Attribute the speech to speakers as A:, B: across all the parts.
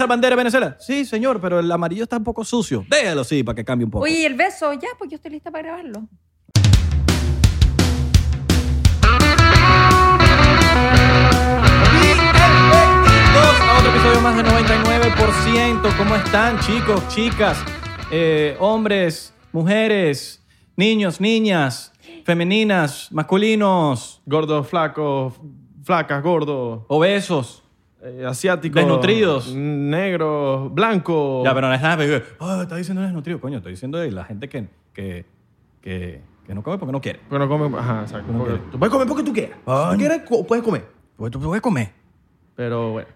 A: la bandera de Venezuela? Sí, señor, pero el amarillo está un poco sucio. Déjalo, sí, para que cambie un poco.
B: Oye, ¿y el beso, ya, pues yo estoy lista para grabarlo.
A: Bienvenidos a otro episodio más de 99%. ¿Cómo están, chicos, chicas, eh, hombres, mujeres, niños, niñas, femeninas, masculinos,
C: Gordos, flacos, flacas, gordos,
A: obesos?
C: eh, asiáticos.
A: Desnutridos.
C: Negros, blancos.
A: Ya, pero no es nada. pero, "Ah, está diciendo desnutrido, coño. Estoy diciendo de la gente que, que, que, que no come porque no quiere.
C: Bueno, come. Ajá, exacto.
A: No
C: Porque-
A: quiere.
C: tú puedes comer porque tú quieras.
A: Coño.
C: Si quieres, co- puedes comer.
A: Ah, Pues tú puedes comer.
C: Pero bueno.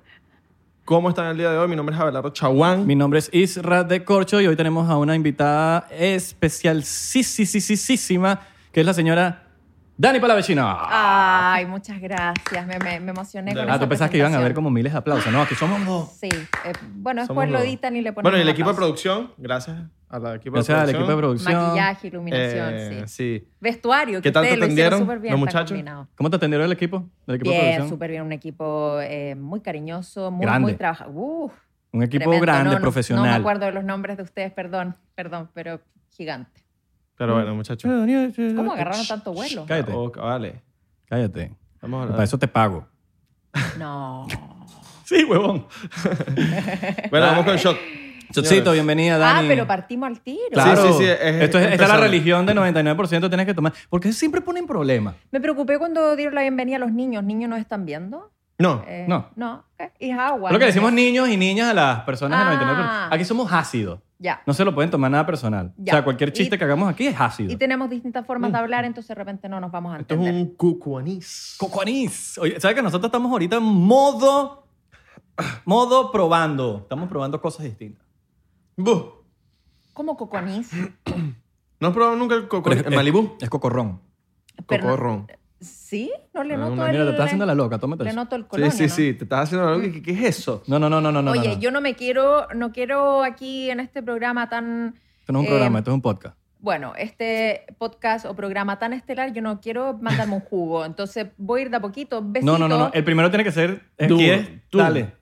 C: ¿Cómo están el día de hoy? Mi nombre es Abelardo Chaguán.
A: Mi nombre es Isra de Corcho y hoy tenemos a una invitada especial, sí, sí, sí, sí, sí, sí, ma, que es la señora Dani
B: Ah,
A: Palavecina.
B: Ay, muchas gracias. Me, me, me emocioné
C: De
B: con
C: verdad,
A: Ah,
B: esa
A: tú pensabas que iban a haber
B: presentación.
A: como miles de aplausos. No, aquí somos dos.
B: Sí. eh, bueno,
C: Somos
B: después lo
C: los-
B: editan y le ponen
C: Bueno, y el equipo de producción. Gracias a la equipo
A: Gracias al
C: de
A: equipo de
C: producción.
A: producción.
B: Maquillaje, iluminación,
C: Eh,
B: sí.
C: sí.
B: Vestuario, que
C: ¿Qué tal te
B: ustedes lo hicieron
C: atendieron
B: súper bien.
C: los
B: está
C: muchachos?
B: combinado.
A: ¿Cómo te atendieron el equipo? El equipo de
B: Bien,
A: producción.
B: súper bien. Un equipo eh, muy cariñoso, muy,
A: Grande.
B: muy trabajado. Uf,
A: Un equipo
B: tremendo.
A: grande,
B: No, no- No me
A: profesional.
B: acuerdo de los nombres de ustedes, perdón, perdón, pero gigante.
C: Pero
A: Mm.
C: bueno, muchachos.
B: ¿Cómo agarraron tanto vuelo?
A: Cállate,
C: Oh, vale.
A: cállate.
C: Vamos a hablar.
A: Para eso te pago.
B: No.
A: Sí, huevón.
C: Bueno, vamos con
B: Eh,
C: el shot.
A: Chocito, bienvenida,
B: Ah,
A: Dani.
B: pero partimos al tiro.
A: Claro,
C: Sí, sí, sí, es-
A: Esto es, esta es la
C: empezando.
A: religión del 99%, tienes que tomar. Porque siempre ponen problemas.
B: Me preocupé cuando dieron la bienvenida a los niños. ¿Niños nos están viendo?
C: No.
B: Eh,
A: No.
B: No. ok. Es agua.
A: Lo que decimos niños y niñas a las personas del
B: Ah.
A: 99%. Aquí somos ácidos.
B: Ya.
A: No se lo pueden tomar nada personal.
B: Ya.
A: O sea, cualquier chiste
B: Y-
A: que hagamos aquí es
B: Y
A: ácido.
B: tenemos distintas formas
A: Mm.
B: de hablar, entonces de repente no nos vamos a
C: Esto es
B: entender.
C: un cucuanís.
A: Coco anís. Oye, ¿sabes que nosotros estamos ahorita en modo. Modo probando. Estamos probando cosas distintas.
C: Buh.
B: ¿Cómo coconís?
C: ¿No has probado nunca el
A: Pero eh,
C: cocuanís?
A: es-
C: El Malibú.
A: Es, es cocorrón.
B: Pero-
C: Cocorrón.
B: ¿Sí? No le
A: Ah,
B: noto
A: mira,
B: el...
A: te estás haciendo la loca, tómate
B: Le
A: eso.
B: noto el
C: Sí,
B: colonio,
C: sí,
B: ¿no?
C: sí. Te estás haciendo algo. que- ¿Qué es eso?
A: No, no, no, no, no. no,
B: Oye,
A: no.
B: yo no me quiero, no quiero aquí en este programa tan,
A: Esto no es un
B: eh,
A: programa, esto es un podcast.
B: bueno, este podcast o programa tan estelar, yo no quiero mandarme un jugo. Entonces voy a ir de a poquito, besito.
A: No, no, no, no. El primero tiene que ser.
C: Tú,
A: Aquí es.
C: tú.
A: Dale.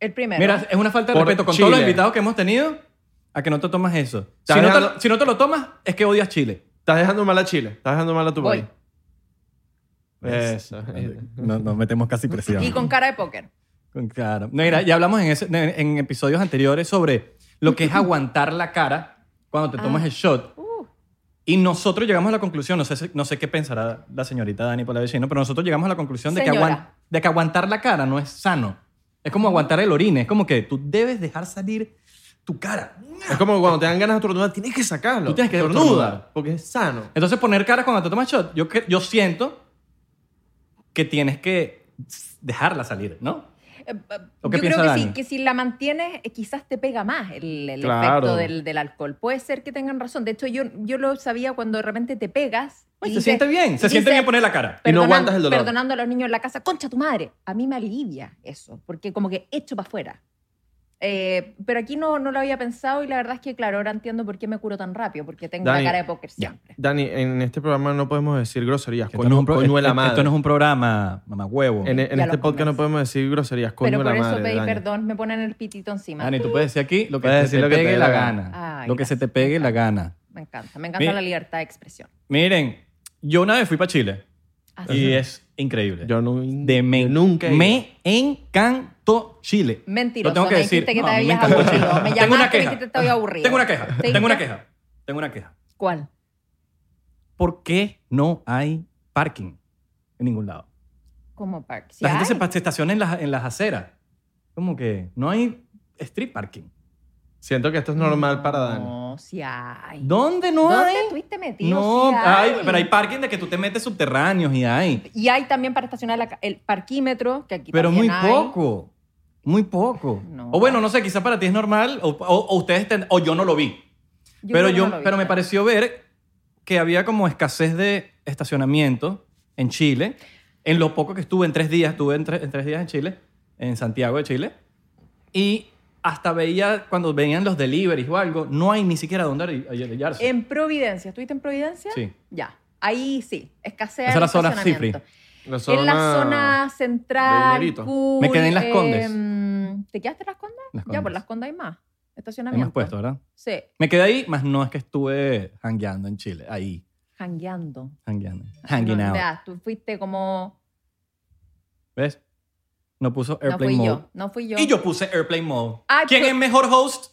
B: El primero.
A: Mira, es una falta de
C: Por
A: respeto con
C: Chile.
A: todos los invitados que hemos tenido a que no te tomas eso. Si
C: Estás
A: no, te,
C: dejando-
A: lo- si no te lo tomas, es que odias Chile.
C: Estás dejando mal a Chile. Estás dejando mal a tu
B: Voy.
C: país. Eso.
A: No, nos metemos casi presión.
B: Y con cara de póker.
A: Con cara. No, mira, ya hablamos en, ese- en- en episodios anteriores sobre lo que es aguantar la cara cuando te tomas el shot.
B: Uh,
A: Y nosotros llegamos a la conclusión, no sé, si- no sé qué pensará la señorita Dani por la vecina, pero nosotros llegamos a la conclusión de que,
B: Señora.
A: aguan- de que aguantar la cara no es sano. Es como aguantar el orine, es como que tú debes dejar salir tu cara.
C: Es como cuando te dan ganas de estornudar, tienes que sacarlo.
A: Tú tienes que
C: Estornuda,
A: estornudar.
C: Porque es sano.
A: Entonces poner cara cuando te tomas shot, yo, cre- yo siento que tienes que dejarla salir, ¿no?
B: eh, eh,
A: ¿O
B: Yo
A: qué
B: creo
A: piensa
B: que
A: Dani?
B: si, que si la mantienes, eh, quizás te pega más el, el
C: Claro.
B: efecto del, del alcohol. Puede ser que tengan razón. De hecho, yo, yo lo sabía cuando de repente te pegas.
A: Ay,
B: y
A: se
B: dices-
A: siente bien, se siente
B: dices,
A: bien poner la cara.
C: Y no
B: Perdonan-
C: aguantas el dolor.
B: Perdonando a los niños en la casa, concha tu madre. A mí me alivia eso, porque como que echo para afuera. Eh, pero aquí no, no lo había pensado y la verdad es que, claro, ahora entiendo por qué me curo tan rápido, porque tengo
C: Dani,
B: la cara de póker siempre.
C: Dani, en este programa no podemos decir groserías.
A: Esto no es
C: Coño,
A: un pro-
C: coñuela
A: esto-
C: madre.
A: Esto no es un programa, mamá huevo.
C: En, en
B: Ya
C: este
B: lo
C: podcast no
B: convencí.
C: podemos decir groserías.
B: Pero
C: Coño
B: por
C: la
B: eso
C: madre.
B: pedí
C: Dani.
B: perdón, me ponen el pitito encima.
A: Dani, tú puedes decir aquí lo que
C: Puedes
A: se
C: decir
A: te
C: lo que te
A: pegue
C: dé
A: la
C: la
A: gana.
B: Ay,
A: lo que se
B: gracias.
A: te pegue la gana.
B: Me encanta, me encanta
A: Mi-
B: la libertad de expresión.
A: Miren, yo una vez fui para Chile
B: Así.
A: y es increíble.
C: Yo no,
A: De me,
C: yo nunca. he ido.
A: me encantó Chile.
B: Mentiroso,
A: Lo tengo que
B: me
A: decir.
B: dijiste que
A: No,
B: te
A: a mí me
B: habías
A: encantó
B: aburrido.
A: Chile. Tengo
B: Me
A: una
B: llamaste y me
A: queja.
B: dijiste estoy aburrido.
A: Tengo una queja.
B: ¿Te
A: Tengo una
B: dijiste?
A: queja. Tengo una queja.
B: ¿Cuál?
A: ¿Por qué no hay parking en ningún lado?
B: ¿Cómo Park? Sí
A: La gente
B: hay.
A: se, pa- se estaciona en las, en las aceras. Como que no hay street parking.
C: Siento que esto es normal para Dani.
B: No, sí hay.
A: ¿Dónde no
B: ¿Dónde
A: hay?
B: estuviste metido?
A: No,
B: Sí
A: hay, pero hay parking de que tú te metes subterráneos y hay.
B: Y hay también para estacionar la ca- el parquímetro, que aquí
A: Pero muy
B: también hay.
A: poco. Muy poco.
B: No.
A: O bueno, no sé, quizás para ti es normal o, o- o ustedes ten- o yo no lo vi. pero
B: creo que
A: yo
B: no lo vi.
A: pero me pareció ver que había como escasez de estacionamiento en Chile. En lo poco que estuve en tres días, estuve en, tres- en tres días en Chile, en Santiago de Chile. Y hasta veía cuando venían los deliveries o algo, no hay ni siquiera dónde arrollarse.
B: En Providencia. ¿Estuviste en Providencia?
A: Sí.
B: Ya. Ahí sí, escasea
A: Esa
B: el
A: es la zona
B: estacionamiento.
A: Cifri.
C: La
B: En la
C: zona-
B: zona central.
C: dinerito.
B: cool,
A: Me quedé en Las Condes.
B: em, Mm, ¿Te quedaste en las condas?
A: Las
B: Ya, por
A: Condes.
B: las condas hay más.
A: Hay
B: Estacionamiento.
A: más puesto, ¿verdad?
B: Sí,
A: Me quedé ahí, más no es que estuve hangueando en Chile. Ahí,
B: jangueando.
A: hangueando. Hanging
B: No,
A: out.
B: vea, tú fuiste como...
A: ¿Ves? No puso
B: No
A: airplane
B: fui
A: mode.
B: yo, no fui yo.
A: Y yo puse airplane mode.
B: Ah,
A: ¿Quién
B: tú-
A: es mejor host?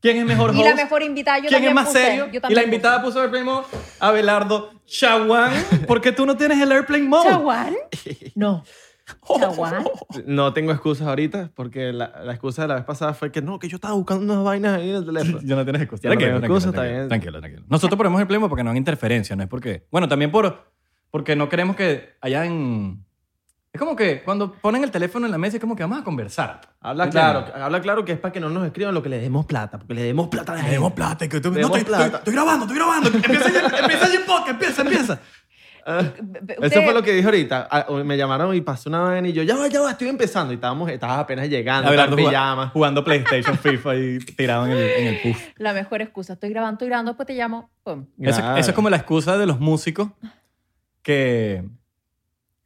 A: ¿Quién es mejor
B: Y
A: host?
B: la mejor invitada yo
A: ¿Quién es
B: también
A: más
B: puse,
A: serio?
B: yo
A: Y la
B: también
A: invitada puso airplane mode. Abelardo Chaguán. ¿Por qué tú no tienes el airplane
B: puse.
A: mode?
B: ¿Chaguán? No. ¿Chaguán?
C: No tengo excusas ahorita porque la, la excusa de la vez pasada fue que no, que yo estaba buscando unas vainas ahí en el teléfono.
A: Yo no tienes excusa.
C: Yo no
A: Tranquilo,
C: tengo
A: tranquilo,
C: excusa, está
A: tranquilo,
C: bien.
A: tranquilo, tranquilo. Nosotros ponemos airplane mode porque no hay interferencia, no es porque... Bueno, también por, porque no queremos que allá en... Es como que cuando ponen el teléfono en la mesa es como que vamos a conversar.
C: Habla
A: ¿Entiendes?
C: claro, habla claro que es para que no nos escriban lo que le demos plata, porque le demos plata a la
A: Le
C: gente.
A: demos plata. y Que tú,
C: Le
A: no,
C: demos
A: estoy,
C: plata.
A: estoy- estoy grabando, estoy grabando. Empieza ya, empieza ya el podcast, empieza, empieza.
C: Ah. Eso fue lo que dije ahorita. Ah, Me llamaron y pasó una vaina y yo, ya va, ya va, estoy empezando. Y estábamos, estabas apenas llegando, estaba en
A: Abelardo
C: pijama.
A: jugando, jugando PlayStation, FIFA y tirado en el, en el puff.
B: La mejor excusa. Estoy grabando, estoy grabando, después te llamo. Pum.
A: Eso,
C: Claro.
A: eso es como la excusa de los músicos que...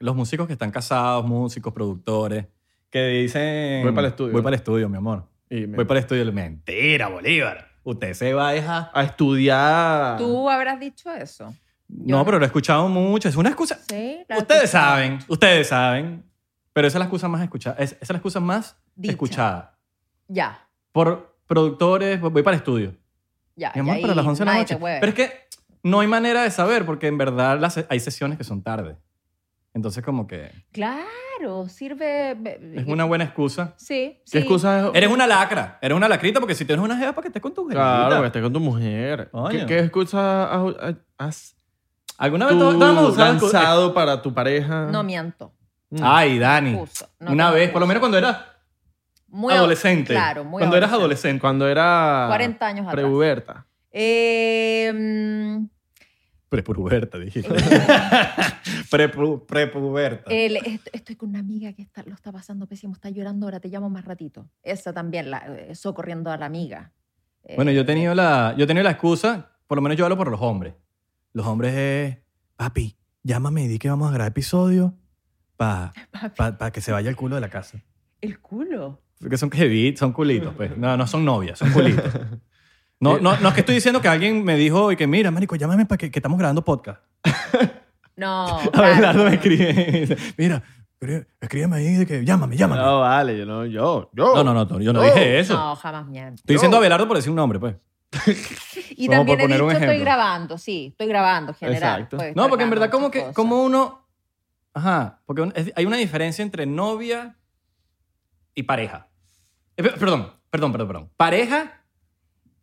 A: Los músicos que están casados, músicos, productores, que dicen...
C: Voy para el estudio.
A: Voy para el estudio, mi amor.
C: Y me-
A: Voy para el estudio. Mentira, Bolívar. Usted se va a dejar...
C: a
A: Ah.
C: estudiar.
B: Tú habrás dicho eso. Yo
A: No, pero lo he escuchado mucho. Es una excusa...
B: Sí. la
A: Ustedes
B: excusa.
A: saben, ustedes saben. Pero esa es la excusa más escuchada. es- esa es la excusa más
B: Dicha.
A: escuchada.
B: Ya,
A: Por productores, voy para el estudio.
B: ya.
A: Mi amor,
B: ya,
A: pero a
B: y
A: las 11 de la
B: nadie
A: noche.
B: te mueve.
A: Pero es que no hay manera de saber, porque en verdad las, hay sesiones que son tarde. Entonces, como que
B: Claro, sirve...
A: es una buena excusa.
B: Sí, sí.
C: ¿Qué excusa es?
A: Eres una lacra, eres una lacrita, porque si tienes una jeva para que estés con tu jeva.
C: Claro, que estés con tu mujer.
A: Coño.
C: ¿Qué, qué excusa has, has
A: ¿Alguna vez
C: tú
A: todos- todos hemos usado excu-
C: lanzado para tu pareja? Mm.
B: No miento.
A: Ay, Dani.
B: Excusa, no
A: una
B: tengo
A: vez, por lo
B: excusa.
A: menos cuando eras
B: Muy
A: adolescente.
B: Claro, muy
A: Cuando eras
B: adolescente.
A: adolescente.
C: Cuando era
B: 40 años atrás.
C: prepuberta.
B: Eh, mm,
A: Prepuberta, dijiste. Prepu- Prepuberta.
B: el- est- estoy con una amiga que está, lo está pasando pésimo, está llorando ahora, te llamo más ratito. Esa también, la, eh, socorriendo a la amiga. Eh,
A: Bueno, yo he tenido la, yo he tenido la excusa, por lo menos yo hablo por los hombres. Los hombres es, papi, llámame y di que vamos a grabar episodio para
B: papi,
A: que se vaya el culo de la casa.
B: Eh, El culo.
A: Porque son jevitos, son culitos, pues. No, no son novias, son culitos. No, no, no es que estoy diciendo que alguien me dijo y que, mira, marico, llámame para que, que estamos grabando podcast.
B: No.
A: Abelardo
B: claro.
A: me escribe, y dice, mira, escrí- escríbeme ahí, de que llámame, llámame.
C: No, vale, yo no, yo, yo.
A: No, no, no, yo no
C: No.
A: dije eso.
B: Oh. No, jamás miento.
A: Estoy diciendo Abelardo por decir un nombre, pues.
B: Y
A: Como
B: también
A: por
B: he
A: poner
B: dicho,
A: un
B: estoy
A: ejemplo.
B: grabando, sí, estoy grabando, general.
C: Exacto.
B: puedes
A: No,
B: estar
A: porque en verdad
B: grabando
A: como
B: muchas
A: que
B: cosas.
A: como uno ajá, porque un- es- hay una diferencia entre novia y pareja. Eh, pe- perdón, perdón, perdón, perdón. Pareja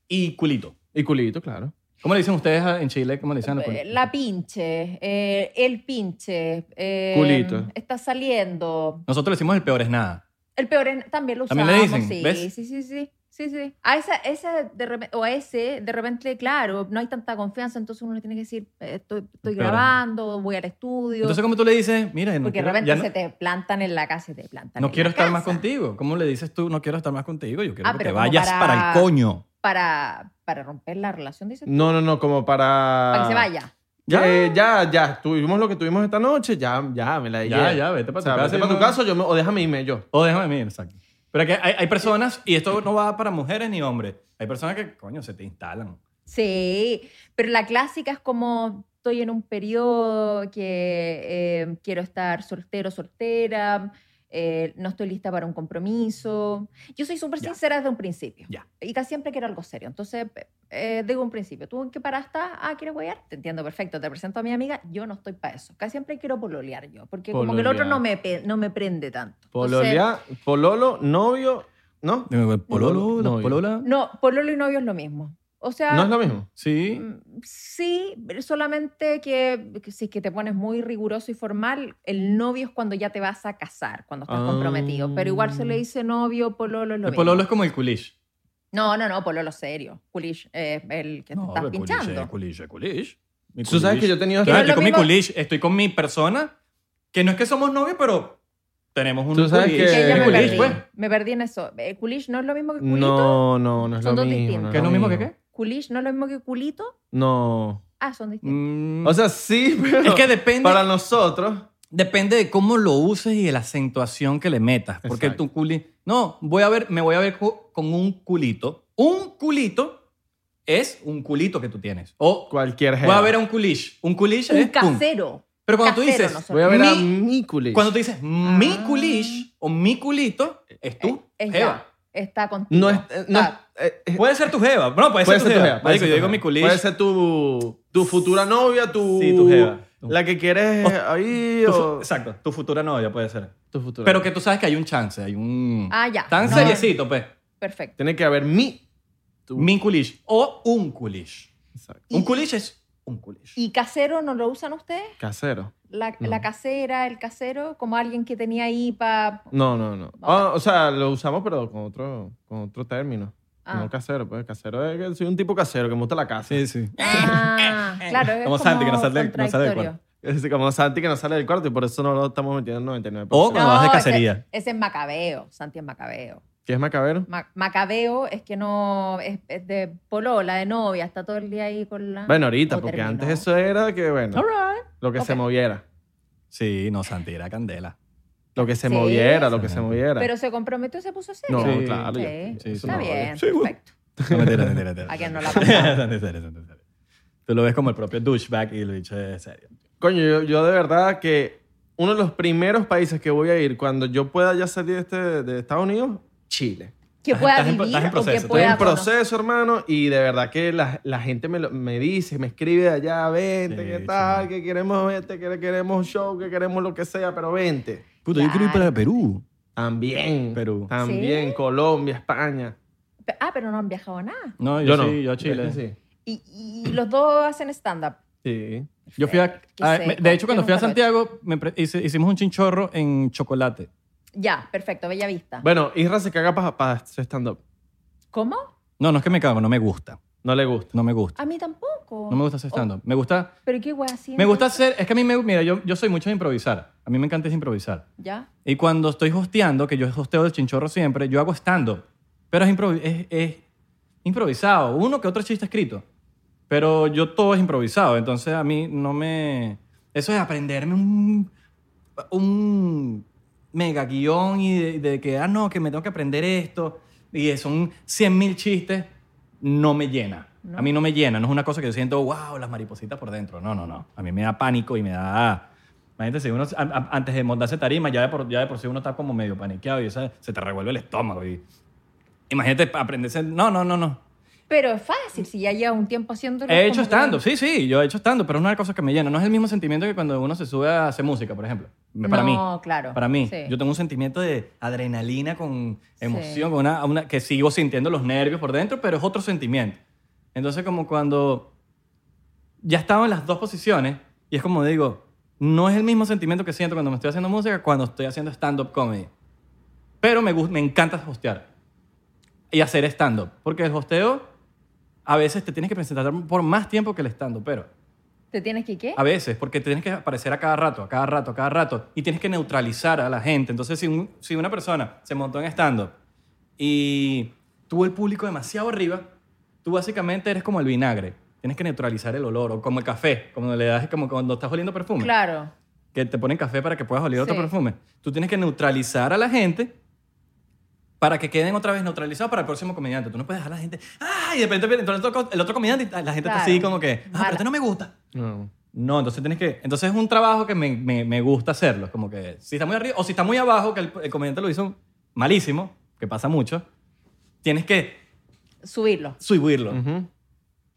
A: y culito.
C: Y culito, claro.
A: ¿Cómo le dicen ustedes a- en Chile? ¿Cómo le dicen a los
B: Eh,
A: culitos?
B: La pinche, eh, el pinche. eh,
C: Culito.
B: Está saliendo.
A: Nosotros le decimos el peor es nada.
B: El peor en- también lo usamos.
A: También le dicen,
B: sí,
A: ¿ves?
B: sí, sí, sí. Sí, sí. A esa, esa de repe- o a ese, de repente, claro, no hay tanta confianza, entonces uno le tiene que decir, eh, estoy, estoy
A: Peor es-
B: grabando, voy al estudio.
A: Entonces, ¿cómo tú le dices? Mira, no
B: porque de
A: quiero,
B: repente
A: ya
B: se
A: no,
B: te plantan en la casa y te plantan.
A: no
B: en
A: quiero
B: la
A: estar más
B: casa.
A: contigo. ¿Cómo le dices tú? No quiero estar más contigo. Yo quiero
B: Ah,
A: que
B: pero
A: te
B: como
A: vayas para...
B: para-
A: el coño.
B: Para, para romper la relación, dices.
C: No, no, no, como para.
B: Para que se vaya.
C: Ya, eh, ya, ya, tuvimos lo que tuvimos esta noche, ya, ya, me la
A: Ya, ya, vete para
C: O
A: tu
C: sea,
A: casa.
C: vete
A: y
C: para tu
A: no-
C: caso yo me- o déjame irme yo.
A: O déjame mirar, exacto. Pero que hay, hay personas, y esto no va para mujeres ni hombres, hay personas que, coño, se te instalan.
B: Sí, pero la clásica es como estoy en un periodo que eh, quiero estar soltero, soltera, eh, no estoy lista para un compromiso. Yo soy súper
A: Ya.
B: sincera desde un principio.
A: Ya.
B: Y casi siempre quiero algo serio. Entonces, eh, digo un principio, ¿tú en qué parada estás? Ah, ¿quieres huear? Te entiendo perfecto, te presento a mi amiga, yo no estoy para eso. Casi siempre quiero pololear yo, porque como que el otro
C: Pololear.
B: no me, pe- no me prende tanto. Entonces,
C: Pololea, pololo, novio, ¿no?
A: Pololo,
C: No,
A: la polola.
B: no, pololo y novio es lo mismo. O sea,
C: ¿No es lo mismo?
A: Sí.
B: Mm, Sí, pero solamente que, que si es que te pones muy riguroso y formal, el novio es cuando ya te vas a casar, cuando estás
C: Ah.
B: comprometido. Pero igual se le dice novio, pololo, es lo
A: Ah. El
B: mismo.
A: pololo es como el culish.
B: No, no, no, pololo serio. Culish, eh, el que te estás
A: pero culish
B: pinchando.
A: es culish, es culish. Mi
C: Tú sabes
A: culish.
C: que yo he tenido... este-
A: Claro, estoy
B: lo
A: con mi
B: mismo-
A: culish, estoy con mi persona, que no es que somos novios, pero tenemos un
C: Tú sabes
A: culish.
C: que-
B: Que
C: Eh,
B: ya me
A: culish,
B: perdí.
A: pues.
B: Me perdí en eso. Eh, Culish no es lo mismo que culito.
C: No, no, no es
B: Son
C: lo
B: dos
C: mismo.
B: distintos.
A: ¿Qué es lo mismo que qué?
B: Culish no es lo mismo que culito.
C: No.
B: Ah, son distintos.
A: Mm,
C: O sea, sí, pero...
A: es que depende,
C: Para nosotros...
A: depende de cómo lo uses y de la acentuación que le metas. Porque
C: Exacto.
A: tu culish... No, voy a ver, me voy a ver co- con un culito. Un culito es un culito que tú tienes. O
C: Cualquier
A: voy a
C: jeva.
A: ver a un culish. Un culish Mm, es
B: Un
A: pum.
B: casero.
A: Pero cuando tú
B: casero
A: dices,
B: nosotros.
C: Voy a ver a
A: Mi-
C: mi culish.
A: cuando tú dices mi
B: Ah.
A: culish o mi culito, es tú,
B: Eh, Es
A: jeva.
B: ya, está contigo.
C: No es... eh, No, es-
B: Está.
C: eh, eh,
A: Puede ser tu jeva. No, puede,
C: puede
A: ser tu jeva.
C: puede
A: Marico, yo
C: ser
A: digo
C: tu jeva.
A: mi culish.
C: Puede ser tu, tu futura novia, tu... Oh,
A: Sí, tu jeva.
C: La que quieres ahí
A: Tu fu-
C: o...
A: exacto, tu futura novia puede ser.
C: Tu futura.
A: Pero que tú sabes que hay un chance, hay un...
B: Ah, ya.
A: Tan
B: No,
A: seriecito, pues.
B: Perfecto.
C: Tiene que haber mi... tu-
A: Mi culish o un culish.
C: Exacto.
A: Un culish es un culish.
B: ¿Y casero no lo usan ustedes?
C: Casero.
B: La,
C: No.
B: la casera, el casero, como alguien que tenía ahí para...
C: No, no, no. Ah, o sea, lo usamos pero con otro, con otro término.
B: Ah.
C: No casero, pues casero es que soy un tipo casero que me gusta la casa.
A: sí.
B: Ah, claro. Es
A: Como
B: como
A: Santi, que no sale- no sale del
B: contradictorio.
A: cuarto.
C: Es como Santi que no sale del cuarto y por eso no lo estamos metiendo en 99%.
A: O cuando vas de
B: ese-
A: cacería.
B: Ese es Macabeo, Santi es Macabeo.
C: ¿Qué es macabero?
B: Ma- macabeo es que no, es, es de polola, de novia, está todo el día ahí con la...
C: Bueno, ahorita,
B: o
C: porque
B: terminó.
C: antes eso era que, bueno,
A: All right.
C: lo que se
B: Ok.
C: moviera.
A: Sí, no, Santi, era candela.
C: Lo que se
B: Sí.
C: moviera, lo que se
A: Exactamente.
C: moviera.
B: Pero se comprometió, se puso serio.
C: no,
A: Sí.
C: claro.
B: Sí,
C: ya.
A: sí,
C: Eso
B: está
C: no,
B: bien,
A: Sí, bueno.
B: perfecto.
A: No, mentira, mentira, mentira.
B: ¿A quién no la pasamos?
A: pasamos? Tú lo ves como el propio douchebag y lo dicho es serio.
C: Coño, yo, yo de verdad que uno de los primeros países que voy a ir cuando yo pueda ya salir de, este, de Estados Unidos, Chile.
B: Que pueda
A: Estás en-
B: vivir
A: estás en
B: o
A: proceso,
B: que
A: estás en
C: Estoy
B: pueda...
C: en proceso, hermano, y de verdad que la, la gente me, lo- me dice, me escribe de allá, vente,
A: Sí,
C: qué
A: sí.
C: tal, que queremos verte, que queremos un show, que queremos lo que sea, pero vente.
A: Puto, yo quiero ir para Perú.
C: También.
A: Perú.
C: También,
B: ¿Sí?
C: Colombia, España.
B: Pe- Ah, pero no han viajado a nada.
A: No, yo,
C: no.
A: sí, yo a Chile.
C: Sí.
B: Y, y los dos hacen stand-up.
C: Sí.
A: Yo fui a...
B: Que
A: a-
B: sé,
A: me- de hecho,
B: yo
A: cuando fui a
B: nunca lo he
A: Santiago, me pre- hice- hicimos un chinchorro en chocolate.
B: Ya, perfecto, bella vista.
C: Bueno, Isra se caga para stand-up.
B: ¿Cómo?
A: No, no es que me cago, no me gusta.
C: No le gusta.
A: No me gusta.
B: A mí tampoco.
A: No me gusta hacer stand-up. Me gusta...
B: Pero qué guay así.
A: Me gusta hacer... Es que a mí me... Mira, yo, yo soy mucho de improvisar. A mí me encanta es improvisar.
B: Ya.
A: Y cuando estoy hosteando, que yo hosteo el chinchorro siempre, yo hago stand-up. Pero es, improvi- es- es improvisado. Uno que otro chiste escrito. Pero yo todo es improvisado. Entonces a mí no me... Eso es aprenderme un, un mega guión y de, de que, ah, no, que me tengo que aprender esto. Y son 100 mil chistes. No me llena.
B: No.
A: A mí no me llena. No es una cosa que yo siento, wow, las maripositas por dentro. No, no, no. A mí me da pánico y me da... Imagínate, si uno a- a- antes de montarse tarima, ya de, por, ya de por sí uno está como medio paniqueado y esa- se te revuelve el estómago. Y, imagínate aprenderse... No, no, no, no.
B: Pero es fácil, si ya llevas un tiempo haciéndolo.
A: He hecho
B: como que-
A: stand-up, sí, sí, yo he hecho stand-up, pero es una de las cosas que me llena. No es el mismo sentimiento que cuando uno se sube a hacer música, por ejemplo. Para
B: no,
A: mí.
B: claro.
A: Para mí.
B: sí.
A: Yo tengo un sentimiento de adrenalina con emoción,
B: Sí.
A: con una, una- que sigo sintiendo los nervios por dentro, pero es otro sentimiento. Entonces, como cuando ya estaba en las dos posiciones, y es como digo, no es el mismo sentimiento que siento cuando me estoy haciendo música cuando estoy haciendo stand-up comedy. Pero me, gus- me encanta hostear y hacer stand-up, porque el hosteo a veces te tienes que presentar por más tiempo que el stand-up, pero.
B: ¿Te tienes que qué?
A: A veces, porque tienes que aparecer a cada rato, a cada rato, a cada rato, y tienes que neutralizar a la gente. Entonces, si, un- si una persona se montó en stand-up y tuvo el público demasiado arriba, tú básicamente eres como el vinagre. Tienes que neutralizar el olor, o como el café, como le das, como cuando estás oliendo perfume,
B: Claro.
A: que te ponen café para que puedas oler otro
B: Sí.
A: perfume. Tú tienes que neutralizar a la gente para que queden otra vez neutralizados para el próximo comediante. Tú no puedes dejar a la gente, ¡ay! Y de repente viene el otro, el otro comediante y la gente está
B: Claro.
A: así como que, ¡ah, pero
B: Mala.
A: este no me gusta!
C: No.
A: No, entonces tienes que. Entonces es un trabajo que me, me- me gusta hacerlo. Como que si está muy arriba o si está muy abajo, que el, el comediante lo hizo malísimo, que pasa mucho, tienes que
B: Subirlo.
A: subirlo.
C: Ujú.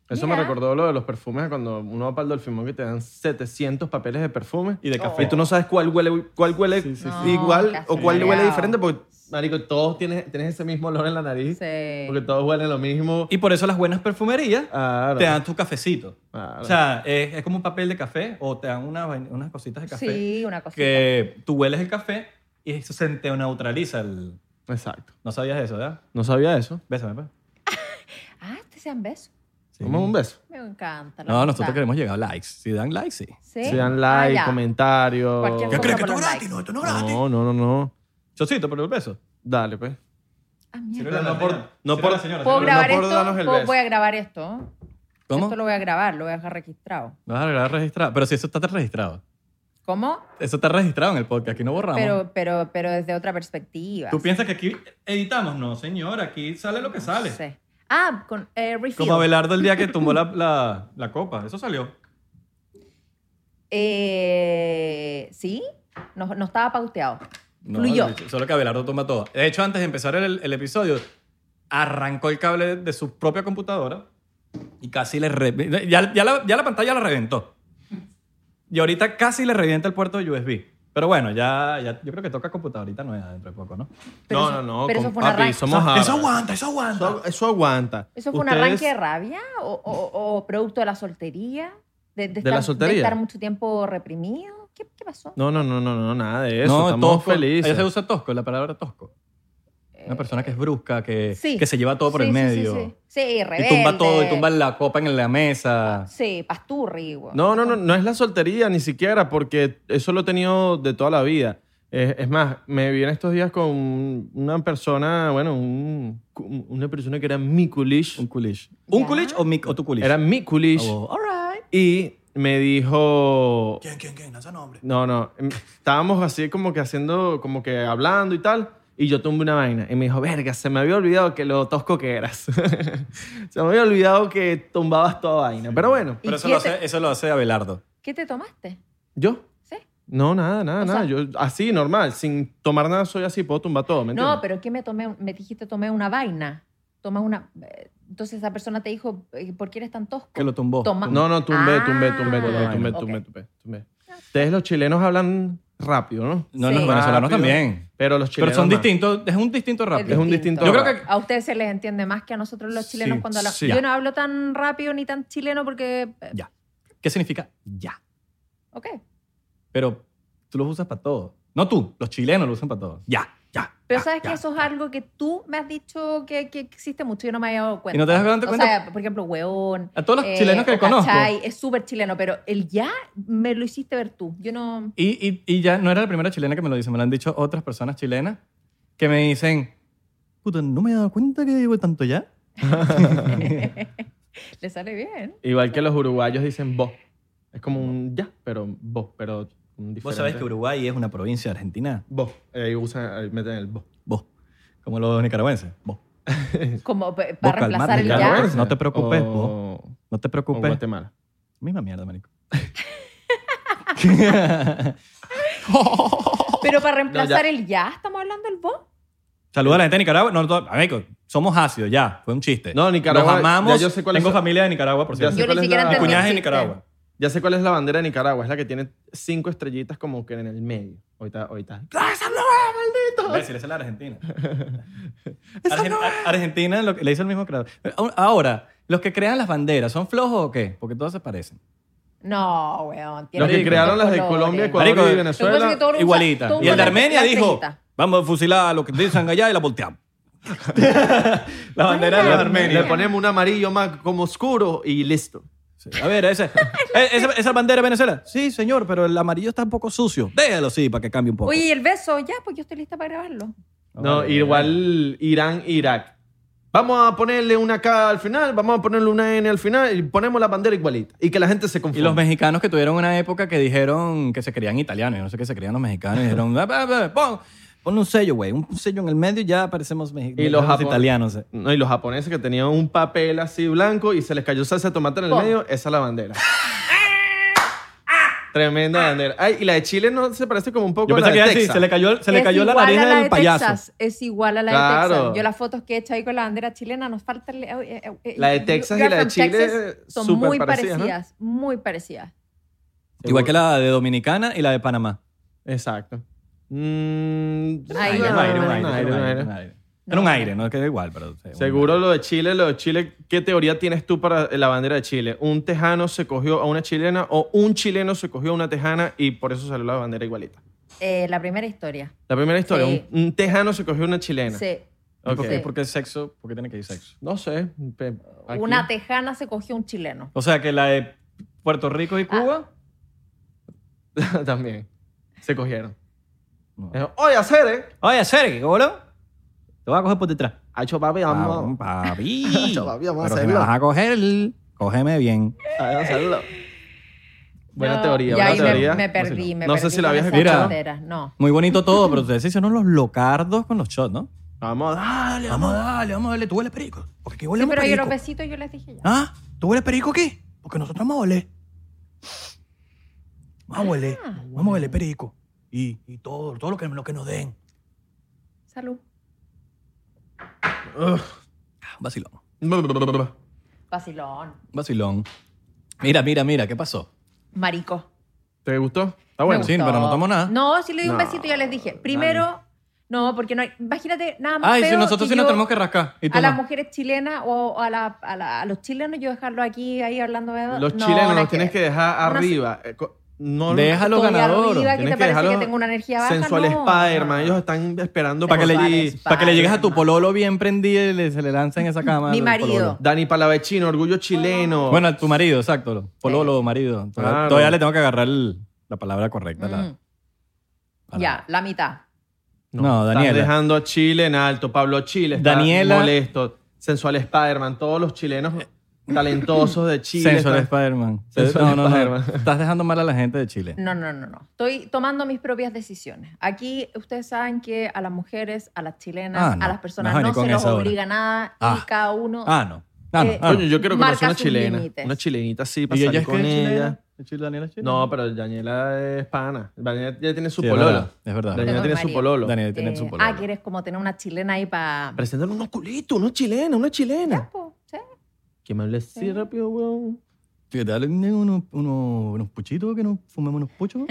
C: Eso
B: Mira.
C: me recordó lo de los perfumes cuando uno va para el Dolfimón que te dan 700 papeles de perfume
A: Y de café.
C: y tú no sabes cuál huele, cuál huele
A: Oh. sí,
B: sí. No,
C: igual
B: qué
C: o cuál huele
B: asqueado.
C: diferente porque, marico, todos tienes, tienes ese mismo olor en la nariz
B: Sí.
C: porque todos huelen lo mismo.
A: Y por eso las buenas perfumerías
C: Claro.
A: te dan tu cafecito.
C: Claro.
A: O sea, es, es como un papel de café o te dan una vaina- unas cositas de café
B: Sí, una cosita.
A: que tú hueles el café y eso se te neutraliza. El...
C: Exacto.
A: No sabías eso, ¿verdad?
C: No sabía eso.
A: Bésame, pues.
B: Ah, te sean besos.
A: Sí.
C: Vamos a un beso.
B: Me encanta. la
A: No, nosotros
B: verdad.
A: queremos llegar a likes. Si dan likes, sí.
B: ¿Sí?
C: Si dan like,
B: Ah, ya.
C: comentarios.
B: Cualquier
A: ¿Qué
B: Vamos
A: crees
B: a
A: que esto es
B: por los
A: gratis?
B: likes.
A: No, esto no es gratis.
C: No, no, no, no.
A: Chocito, pero el beso.
C: Dale, pues.
B: Ah, mierda.
A: Pero
C: no
A: no
C: por-
A: por,
C: no por-
B: ¿Puedo
C: no
B: grabar
C: por
B: esto?
C: darnos el
B: ¿Puedo-
C: beso.
B: Voy a grabar esto.
A: ¿Cómo?
B: Esto lo voy a grabar, lo voy a dejar registrado.
A: Vas a grabar registrado. Pero si eso está registrado.
B: ¿Cómo?
A: Eso está registrado en el podcast, aquí no borramos.
B: Pero, pero, pero desde otra perspectiva.
A: ¿Tú piensas que aquí editamos? No, señor, aquí sale lo que sale.
B: No sé. Ah, con eh, refill.
A: Como Abelardo el día que tumbó la, la- la copa, eso salió.
B: Eh, ¿Sí? No, no estaba pauteado.
A: No,
B: Fluyó.
A: de hecho, Solo que Abelardo toma todo. De hecho, antes de empezar el, el episodio, arrancó el cable de su propia computadora y casi le... re- Ya, ya la, ya la pantalla la reventó. Y ahorita casi le revienta el puerto de USB. Pero bueno, ya, ya yo creo que toca computadorita nueva dentro de poco, ¿no?
B: Pero
C: no,
B: eso-
C: no, no,
B: pero eso
C: con-
B: fue un
C: papi,
B: arranque.
C: somos árabes.
A: Eso aguanta, eso aguanta.
C: Eso, eso aguanta.
B: ¿Eso fue un
C: Ustedes-
B: arranque de rabia o, o- o producto de la soltería? ¿De,
C: ¿De la soltería?
B: estar mucho tiempo reprimido? ¿Qué, qué pasó?
C: No, no, no, no, no, nada de eso.
A: no,
C: Estamos
A: tosco. Allá
C: felices.
A: se usa tosco, la palabra tosco. Una persona que es brusca, que,
B: Sí.
A: que se lleva todo por
B: Eh,
A: el
B: Sí, sí, sí,
A: medio.
B: Sí, sí,
A: Y
B: rebelde.
A: tumba todo, y tumba la copa en la mesa.
B: Sí, pasturri. güey.
C: No, no, no, no es la soltería ni siquiera, porque eso lo he tenido de toda la vida. Es, es más, me vi en estos días con una persona, bueno, un- una persona que era mi culish.
A: Un culish. ¿Un
B: Ya.
A: culish o, mi, o tu culish?
C: Era mi culish.
A: Oh, all right.
C: Y me dijo.
A: ¿Quién, quién, quién? Lanza nombre.
C: No, no. em, Estábamos así como que haciendo, como que hablando y tal. Y yo tumbé una vaina. Y me dijo, verga, se me había olvidado que lo tosco que eras. se me había olvidado que tumbabas toda vaina. Pero bueno,
B: ¿Y
A: Pero eso
B: qué
A: lo,
B: te-
A: hace, eso lo hace Abelardo.
B: ¿Qué te tomaste?
C: yo.
B: ¿Sí?
C: No, nada, nada,
B: O
C: nada.
B: sea-
C: yo así, normal. Sin tomar nada, soy así, puedo tumbar todo. ¿me
B: No,
C: entiendes?
B: pero ¿qué me tomé? Me dijiste tomé una vaina. Toma una... eh, Entonces esa persona te dijo, eh, ¿por qué eres tan tosco?
A: Que lo tumbó.
B: Toma.
C: No, no, tumbé, tumbé,
B: Ah,
C: tumbé, tumbé, tumbé,
B: ok.
C: tumbé, tumbé, tumbé. Ustedes los chilenos hablan rápido, ¿no?
A: No,
B: Sí.
A: los venezolanos
C: Rápido.
A: también.
C: Pero los chilenos
A: Pero son
C: más.
A: distintos, es un distinto rápido.
C: Es un distinto
A: Yo creo que-
B: A ustedes se les entiende más que a nosotros los
A: Sí,
B: chilenos cuando hablamos.
A: sí.
B: Yo no hablo tan rápido ni tan chileno porque... eh,
A: Ya. ¿Qué significa ya?
B: Ok.
A: Pero tú los usas para todo. No tú, los chilenos lo usan para todo. Ya, ya.
B: Pero
A: ya,
B: sabes
A: Ah, ya.
B: que eso es algo que tú me has dicho que, que existe mucho. Yo no me había dado cuenta.
A: ¿Y no te has dado
B: O
A: cuenta?
B: sea, por ejemplo, hueón.
A: A todos los chilenos que
B: o
A: conozco.
B: cachai, Es súper chileno, pero el ya me lo hiciste ver tú. Yo no...
A: Y, y- y ya no era la primera chilena que me lo dice, me lo han dicho otras personas chilenas que me dicen, puta, no me he dado cuenta que digo tanto ya.
B: Le sale bien.
C: Igual que los uruguayos dicen vos. Es como un ya, pero vos, pero un diferente.
A: Vos sabés que Uruguay es una provincia argentina.
C: Vos. eh, Ahí usan, ahí meten el vos.
A: Vos. Como los nicaragüenses. Vos.
B: Como pa-
A: Vos,
B: para reemplazar el
A: calmate,
B: ya.
A: calmate.
C: Nicaragüense.
A: No te preocupes,
C: o,
A: No te
C: o
A: preocupes.
C: Guatemala.
A: Misma mierda, marico.
B: Pero para reemplazar
C: ya.
B: el ya, estamos hablando del vos.
A: Saluda a la gente de Nicaragua. No, no, amigo, somos ácidos, ya. Fue un chiste.
C: No, Nicaragua,
A: Los amamos.
C: ya yo sé cuál
A: Tengo
C: es-
A: familia de Nicaragua, por
C: Ya
A: cierto.
C: sé
B: Yo
C: cuál
B: ni
C: es
B: siquiera
C: la-
A: Mi
B: entendí.
A: cuñada es de
B: existe.
A: Nicaragua.
C: Ya sé cuál es la bandera de Nicaragua. Es la que tiene cinco estrellitas como que en el medio. Ahorita, ahorita. ¡Esa no es, maldito!
A: Imbécil, esa es la Argentina. Argen- Ar- Argentina lo que- le hizo el mismo creador. Ahora, los que crean las banderas, ¿son flojos o qué? Porque todas se parecen.
B: No, weón.
C: Los que
A: Marico.
C: crearon las de
B: colores.
C: Colombia, Ecuador
A: Marico,
C: y
B: Lo que pasa es que
C: Venezuela.
B: todo- Pero usa-
A: Igualita.
B: todo
A: Y el de
B: usa la-
A: Armenia
B: la
A: dijo,
B: estrellita.
A: vamos a fusilar a los que dicen allá y la volteamos. la bandera de
B: es
A: los
B: la
A: armenios.
C: Le ponemos un amarillo más como oscuro y listo.
A: Sí. A ver, esa, eh, esa, esa bandera de Venezuela. Sí, señor, pero el amarillo está un poco sucio. Déjalo, sí, para que cambie un poco.
B: Oye, ¿y el beso, ya, pues yo estoy lista para grabarlo.
C: No, igual Irán, Irak. Vamos a ponerle una K al final, vamos a ponerle una N al final y ponemos la bandera igualita. Y que la gente se
A: Y
C: confunda.
A: los mexicanos que tuvieron una época que dijeron que se creían italianos, yo no sé qué se creían los mexicanos, y dijeron, "Ah, bah, bah, pon, pon un sello, güey, un sello en el medio y ya parecemos mexicanos.
C: Y los japon-
A: italianos. eh.
C: No, y los japoneses que tenían un papel así blanco y se les cayó salsa de tomate en el
B: Pon.
C: medio, esa es la bandera. Tremenda bandera. Ay, y la de Chile no se parece como un poco
A: Yo
C: a la
A: pensé
C: de
A: que iba a decir,
C: Texas.
A: se le cayó, se le
B: Es
A: cayó la
B: igual
A: nariz
B: a
A: del
B: de
A: payaso.
B: Texas, Es igual a la
C: Claro.
B: de Texas. Yo las fotos que he hecho ahí con la bandera chilena nos falta... el- eh, eh, eh,
C: La de
B: you-
C: Texas
B: you
C: y
B: are
C: la de
B: from
C: Chile
B: Texas, son
C: súper
B: muy
C: parecidas,
B: parecidas,
C: ¿no?
B: muy parecidas.
A: Igual que la de Dominicana y la de Panamá.
C: Exacto.
B: Ahí
C: Mm,
A: un
B: no,
A: aire, un
B: no,
A: aire,
B: no,
A: un
C: un
A: aire, un aire. Era un
B: No.
A: aire, no queda igual, pero... sí, un
C: Seguro
A: aire.
C: lo de Chile, lo de Chile, ¿qué teoría tienes tú para la bandera de Chile? ¿Un tejano se cogió a una chilena o un chileno se cogió a una tejana y por eso salió la bandera igualita?
B: Eh, la primera historia.
C: La primera historia,
B: Sí.
C: un, un tejano se cogió a una chilena.
B: Sí.
A: ¿Y por qué-
B: Sí.
A: por qué sexo? ¿Por qué tiene que ir sexo?
C: No sé. pe- aquí.
B: Una tejana se cogió un chileno.
A: O sea, que la de Puerto Rico
B: Ah.
A: y Cuba...
C: También. Se cogieron.
A: No.
C: Dijo, Oye, hacer, ¿eh?
A: Oye, Sergio, boludo. Te voy a coger por detrás.
C: Hacho, papi,
A: Vamos,
C: vamos
A: papi.
C: Chaval, vamos a
A: Pero si me
C: hacerlo.
A: vas a coger, cógeme bien.
C: a hacerlo. Buena
B: No,
C: teoría,
B: y
C: buena
B: ahí me-
C: teoría.
B: Me, perdí, me
C: No
B: perdí.
C: sé si la
B: con
C: habías
B: esas
A: escuchado.
B: tonteras, No.
A: Muy bonito todo, pero ustedes se hicieron los locardos con los shots, ¿no?
C: Vamos, dale, vamos.
A: Vamos a darle, vamos a darle. Tú hueles perico. Porque aquí
B: Sí,
A: huele
B: pero yo
A: perico.
B: los besitos yo les dije ya.
A: ¿Ah? ¿Tú hueles perico aquí? Porque nosotros vamos a oler. Vamos a oler.
B: Ah.
A: Vamos a oler perico. Y, y todo, todo lo que, lo que nos den.
B: Salud.
A: Ah, Un vacilón.
B: Vacilón.
A: un Vacilón. Mira, mira, mira, ¿qué pasó?
B: Marico.
C: ¿Te gustó? Está
B: Me
C: Ah, bueno.
A: Sí,
B: gustó.
A: pero no tomó nada.
B: No, sí le di un
C: No.
B: besito, ya les dije. Primero, no, porque no hay. Imagínate, nada más.
A: Ay, si
B: feo
A: nosotros
B: que
A: sí nos
B: yo-
A: tenemos que rascar. ¿Y tú
B: a las
A: no?
B: mujeres chilenas o a, la- a la- a los chilenos, yo dejarlo aquí, ahí hablando de...
C: Los
B: No,
C: chilenos
B: no
C: los
B: es
C: tienes que dejar
B: una-
C: arriba. Eh, co- No,
A: Deja- Déjalo
B: Estoy
A: ganador.
B: arriba, que
C: Tienes
B: te
C: que
B: parece que
C: dejarlo
B: tengo una energía baja.
C: sensual
B: no,
C: Spider-Man.
B: no.
C: Ellos están esperando
A: Para que,
C: por-
B: Vale,
A: le,
B: vale,
A: para que le llegues a tu
B: vale.
A: pololo bien prendido y le- se le lancen esa cama.
B: Mi
A: al
B: marido.
A: pololo.
C: Dani Palavecino, orgullo chileno.
A: Bueno, a tu marido, exacto. Pololo, marido. Todavía,
C: Claro.
A: todavía le tengo que agarrar el- la palabra correcta. la-
B: Mm.
A: para-
B: Ya, la mitad.
A: No, Daniela.
C: Estás dejando a Chile en alto. Pablo Chile está
A: Daniela.
C: molesto. Sensual Spider-Man. Todos los chilenos talentosos de Chile.
A: Eh. Sensual
C: están-
A: Spider-Man.
C: Sensual
A: no, no, no.
C: Spider-Man.
A: Estás dejando mal a la gente de Chile.
B: No, no, no, no. Estoy tomando mis propias decisiones. Aquí ustedes saben que a las mujeres, a las chilenas,
A: Ah, no.
B: a las personas
A: No,
B: no,
A: ni con
B: se los
A: esa hora.
B: obliga nada
A: Ah.
B: y cada uno...
A: Ah, no. Ah, no,
B: Eh,
A: ah, no.
C: Coño, yo quiero
B: Marca
C: conocer una
B: sus
C: chilena.
B: límites.
C: Una chilenita así, para
A: ¿Y ella
C: salir
A: es
C: con
A: que es
C: ella.
A: chilena? ¿Es chilena, Daniela es chilena?
C: No, pero Daniela es pana. Daniela ya tiene su
A: Sí, es
C: pololo.
A: verdad, es verdad.
C: Daniela
B: Tengo
C: tiene su
B: marido.
C: pololo.
A: Daniela tiene
B: eh,
A: su pololo.
B: ah, quieres como tener una chilena ahí para...
C: Presentan unos culitos, unos chilenos, una chilena. Que me hable así
B: Sí.
C: rápido, weón.
A: Tío, dale unos, unos, unos puchitos que nos fumemos unos puchos.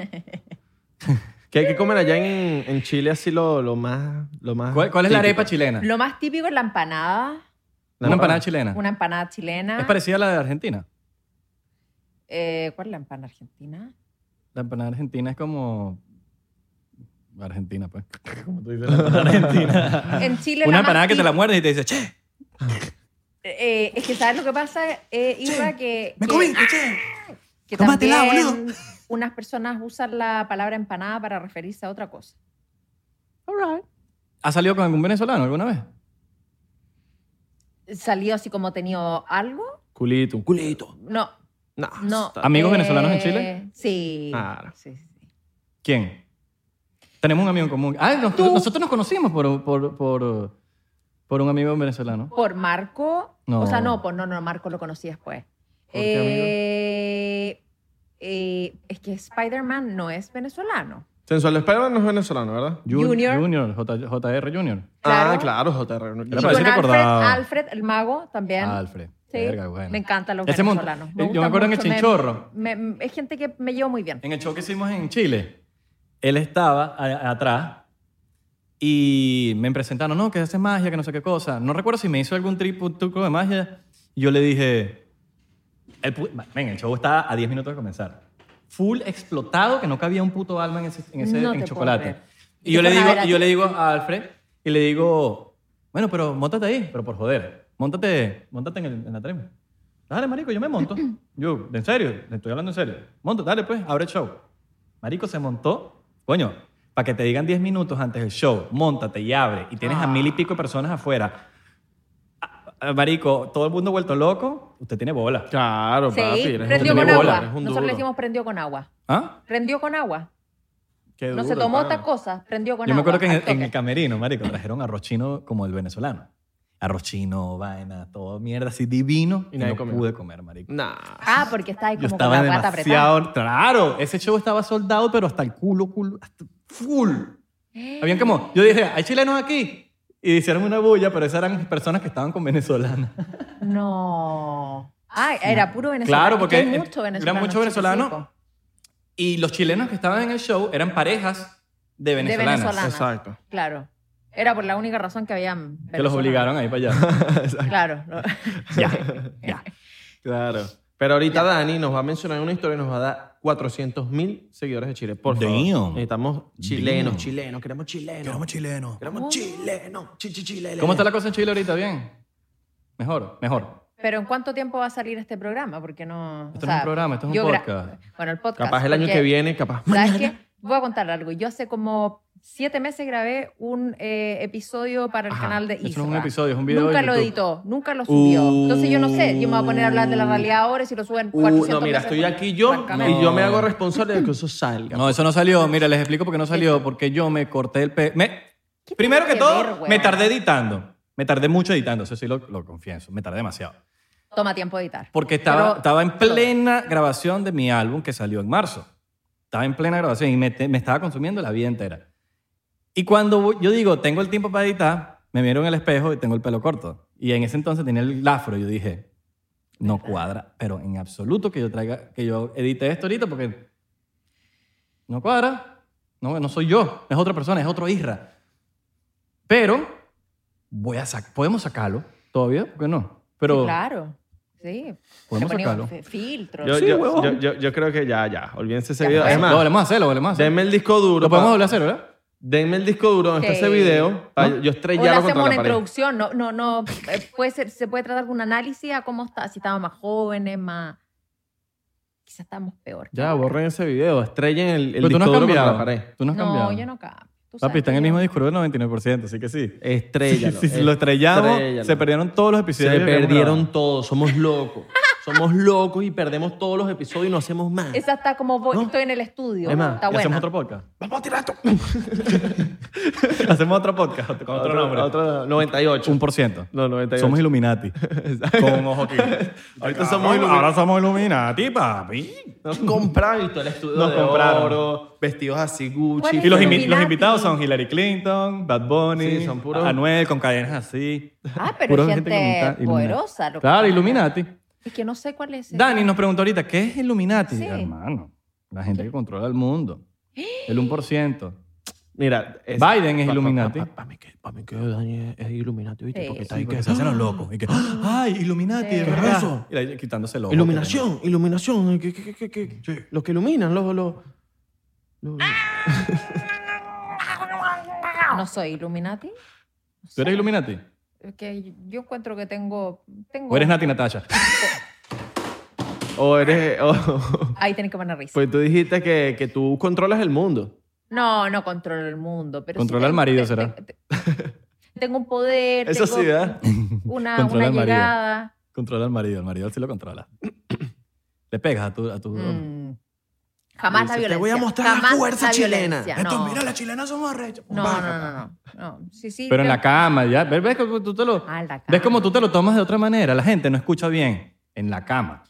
C: ¿Qué hay que comer allá en, en Chile así lo, lo más, lo más
A: ¿Cuál, cuál es la
C: típico?
A: arepa chilena?
B: Lo más típico es la empanada,
C: La
A: Una empanada chilena.
B: una empanada chilena.
A: Ah. Es parecida a la de Argentina.
B: Eh, ¿Cuál es la empanada argentina?
A: La empanada argentina es como. Argentina, pues.
C: Como tú dices, la empanada argentina.
B: En Chile
A: Una
B: la más
A: empanada que te
B: típica-
A: la muerdes y te dice, che,
B: Eh, es que sabes lo que pasa, eh, Irra, que,
A: me
B: que-
A: comiste, che.
B: que
A: tómatela,
B: también
A: boludo.
B: unas personas usan la palabra empanada para referirse a otra cosa.
A: ¿Has salido con algún venezolano alguna vez?
B: ¿Salió así como tenido algo?
C: Culito, un culito.
B: No,
C: No.
B: no.
C: está-
A: ¿Amigos venezolanos en
B: eh,
A: Chile? Ah.
B: Sí.
C: Claro.
B: Sí, sí, sí.
A: ¿Quién? Tenemos un amigo en común. Ah, nos-
B: Tú.
A: nosotros nos conocimos por, por, por, por un amigo venezolano.
B: Por Marco.
A: No.
B: O sea, no, por no, no, Marco lo conocí después.
C: ¿Por qué, amigo?
B: Eh, eh, es que Spider-Man no es venezolano.
C: Sensual Spider-Man no es venezolano, ¿verdad?
A: Ju-
B: Junior.
A: Junior, J- JR Junior.
C: Ah,
B: Claro.
C: claro, JR. no
A: Era
B: Y
A: para
B: con
A: decirle
B: Alfred,
A: acordaba.
B: Alfred, el mago, también.
A: Alfred.
B: Sí.
A: Verga, bueno.
B: Me encantan los
A: Ese mon-
B: venezolanos.
A: eh, yo me
B: gustan
A: acuerdo en el
B: mucho, me-
A: Chinchorro.
B: me- me- es gente que me llevo muy bien.
A: En el show que hicimos en Chile, él estaba a- atrás y me presentaron, no, que haces magia, que no sé qué cosa. No recuerdo si me hizo algún tripu- truco de magia. Y Yo le dije, el, pu- ven, el show está a 10 minutos de comenzar. Full explotado, que no cabía un puto alma en ese, en ese
B: No
A: en
B: te
A: chocolate.
B: puedo creer.
A: Y
B: Y
A: yo
B: te
A: le,
B: fueron a
A: digo,
B: ver
A: y
B: a
A: yo
B: ti.
A: le digo a Alfred y le digo, bueno, pero montate ahí, pero por joder, montate, montate en, el- en la trema. Dale, marico, yo me monto. Yo, en serio, le estoy hablando en serio. Monto, dale pues, abre el show. Marico se montó, coño, para que te digan 10 minutos antes del show, montate y abre, y tienes a mil y pico de personas afuera. Ah, ah, Marico, todo el mundo vuelto loco, usted tiene bola.
C: Claro,
B: Sí,
C: papi. eres un
B: prendió
A: duro,
B: con
C: duro,
B: agua.
C: eres un
B: Nosotros le
C: duro.
B: decimos prendió con agua.
A: ¿Ah?
B: Prendió con agua.
C: Qué
B: no se
C: duro,
B: tomó
C: pana.
B: otra cosa, prendió con
A: Yo me
B: agua.
A: acuerdo que en,
B: al
A: el- en
B: toque.
A: el camerino, marico, trajeron arroz chino como el venezolano. Arroz chino, vaina, todo mierda así divino.
C: Y
A: Y,
C: nadie
A: no
C: comió.
A: pude comer, marico.
C: Nah.
B: Ah, porque está ahí
A: Yo
B: como con
A: estaba
B: la guata apretada.
A: demasiado... Claro, ese show estaba soldado, pero hasta el culo, culo, hasta full. Habían como... Yo dije, ¿hay chilenos aquí? Y hicieron una bulla, pero esas eran personas que estaban con venezolanas.
B: No. Ah, era puro venezolano.
A: Claro, porque
B: Es que hay
A: eh,
B: mucho
A: eran
B: venezolano,
A: muchos venezolanos. Y los chilenos que estaban en el show eran parejas de venezolanas.
B: venezolanas.
C: Exacto.
B: Claro. Era por la única razón que habían
A: Que los
B: venezolanos.
A: obligaron a ir para allá.
B: Claro. lo-
A: ya, ya.
B: Eh.
C: Claro. Pero ahorita Dani nos va a mencionar una historia y nos va a dar 400 mil seguidores de Chile. Por favor.
A: Damn.
C: Necesitamos chilenos,
A: Damn.
C: chilenos. Queremos chilenos. Queremos chilenos. Queremos chilenos. Chi, chi, chile,
A: ¿Cómo está la cosa en Chile ahorita? ¿Bien? Mejor, mejor.
B: Pero ¿en cuánto tiempo va a salir este programa? Porque no...
A: Esto no es un programa, esto es un
B: yo gra-
A: podcast.
B: Bueno, el podcast.
C: Capaz el año
B: porque-
C: que viene, capaz.
B: ¿Sabes qué? voy a contar algo. Yo hace como siete meses grabé un eh, episodio para el
C: Ajá.
B: canal de
A: Eso no es
B: Isra.
A: un episodio, es un video
B: Nunca
A: de
B: lo
A: YouTube.
B: editó, nunca lo subió. Entonces yo no sé, yo me voy a poner a hablar de
A: Uh.
B: la realidad ahora y si lo suben
C: Uh,
B: 400
C: no, mira,
B: veces,
C: estoy aquí yo
B: francamente.
C: y yo me hago responsable de que eso salga.
A: No, eso no salió. Mira, les explico por qué no salió. Porque yo me corté el pe... me-
B: ¿Qué
A: Primero que
B: tiene
A: todo,
B: ver, weón?
A: me tardé editando. Me tardé mucho editando, eso sí lo, lo confieso. Me tardé demasiado.
B: Toma tiempo de editar.
A: Porque estaba,
B: Pero-
A: estaba en plena grabación de mi álbum que salió en marzo. Estaba en plena grabación y me, te- me estaba consumiendo la vida entera. Y cuando voy- yo digo, tengo el tiempo para editar, me miro en el espejo y tengo el pelo corto. Y en ese entonces tenía el afro. Yo dije, no cuadra, pero en absoluto que yo traiga, que yo edite esto ahorita porque no cuadra. No, no soy yo, es otra persona, es otro Isra. Pero voy a sac- podemos sacarlo todavía, ¿por qué no? Pero
B: Sí, claro. Sí.
A: Podemos
B: Le ponemos
A: sacarlo.
B: fe- Filtros.
C: Yo,
A: Sí,
C: yo,
A: huevón.
C: yo- yo- yo creo que ya, ya. Olvídense ese
B: Ya
C: video.
B: fue.
C: Es
A: lo
C: más,
A: volvemos a hacer, lo volvemos a hacer.
C: denme el disco duro.
A: Lo podemos
C: pa-
A: volver a hacer, ¿verdad?
C: Denme el disco duro donde está
B: Ok.
C: ese video. pa-
A: ¿No?
C: Yo
B: O le
C: estrellarlo
B: hacemos
C: contra
B: una
C: la pared.
B: introducción, no, no, no. eh, Puede ser, se puede tratar de un análisis a cómo está, si estábamos más jóvenes, más. Quizás estábamos peor. que
C: Ya,
B: ahora.
C: borren ese video. Estrellen el, el
A: Pero tú
C: disco
A: no has
C: duro contra
A: cambiado.
C: la pared.
A: Tú no has
B: No,
A: cambiado.
B: yo no cambio. Tú sabes
A: Papi, está en
B: que
A: el
B: yo-
A: mismo disco del 99%, así que sí.
C: Estrellalo.
A: Si lo estrellamos,
C: Estrellalo.
A: se perdieron todos los episodios.
C: eh, Se
A: que habíamos grabado.
C: perdieron todos. Somos locos. Somos locos y perdemos todos los episodios y no hacemos más.
B: Esa está como voy-
C: ¿No?
B: estoy en el estudio.
C: Es más,
B: está
A: ¿Y
B: buena.
A: hacemos otro podcast. Vamos a tirar esto. hacemos otro podcast con otro, nombre.
C: Otro 98.
A: Un por ciento.
C: No, 98.
A: Somos Illuminati. con un ojo aquí.
C: Ahorita
A: Cabrón,
C: somos Illuminati.
A: Ahora somos Illuminati, papi.
C: Nos compraron y todo el estudio
A: Nos
C: de
A: compraron.
C: oro, vestidos así Gucci.
B: ¿Cuál es
A: Y los,
B: el
A: invi-
B: Illuminati.
A: los invitados son Hillary Clinton, Bad Bunny,
C: Sí, son puros-
A: Anuel con cadenas así.
B: Ah, pero
A: Pura
B: gente
A: ilumina- ilumina.
B: poderosa, lo que
A: Claro,
B: pasa.
A: Illuminati.
B: Es que no sé cuál es. el-
A: Dani nos preguntó ahorita, ¿qué es Illuminati?
B: Sí.
A: Hermano, la gente que controla el mundo. El 1%.
C: Mira, es-
A: Biden es
C: pa- pa-
A: Illuminati.
C: pa- pa- pa- mí que- pa' mí que Dani es- es Illuminati, ¿viste?
B: Sí.
C: Porque está
A: Sí,
C: ahí
A: que
C: que-
A: se hacen los locos. Y que, ¡ay, Illuminati!
B: Sí.
A: es
B: ¿Qué es
A: verdad!
C: eso?
A: Y la- quitándose el ojo.
C: Iluminación, iluminación. que- que- que- que- Los que iluminan, los... los, los-
B: No soy Illuminati.
A: ¿Tú eres Illuminati?
B: Es que yo encuentro que tengo. tengo
A: ¿O eres Nati Natasha?
C: O eres... o-
B: Ahí tenés que poner risa.
C: pues tú dijiste que, que tú controlas el mundo.
B: No, no controlo el mundo. Pero sí
A: Controla al
B: tengo-
A: marido,
B: te-
A: será.
B: te- te- tengo un poder.
C: Eso
B: tengo
C: sí, ¿verdad?
B: Una,
A: Controla
B: una
A: al marido.
B: llegada.
A: Controla al marido. El marido sí lo controla. Le pegas a tu... A tu
B: Mm. Jamás la
C: Dice,
B: violencia.
C: "Te voy a mostrar la
B: Jamás
C: fuerza chilena".
B: violencia,
C: Esto,
B: No.
C: mira, las chilenas somos arrechos.
B: No,
C: Paca,
B: no, no,
C: paca.
B: no, no. Sí, sí,
A: Pero en
B: yo-
A: la cama, ya. ¿Ves, ves cómo tú te lo,
B: Ah, en la
A: ¿Ves
B: cama.
A: cómo tú te lo tomas de otra manera? La gente no escucha bien. En la cama.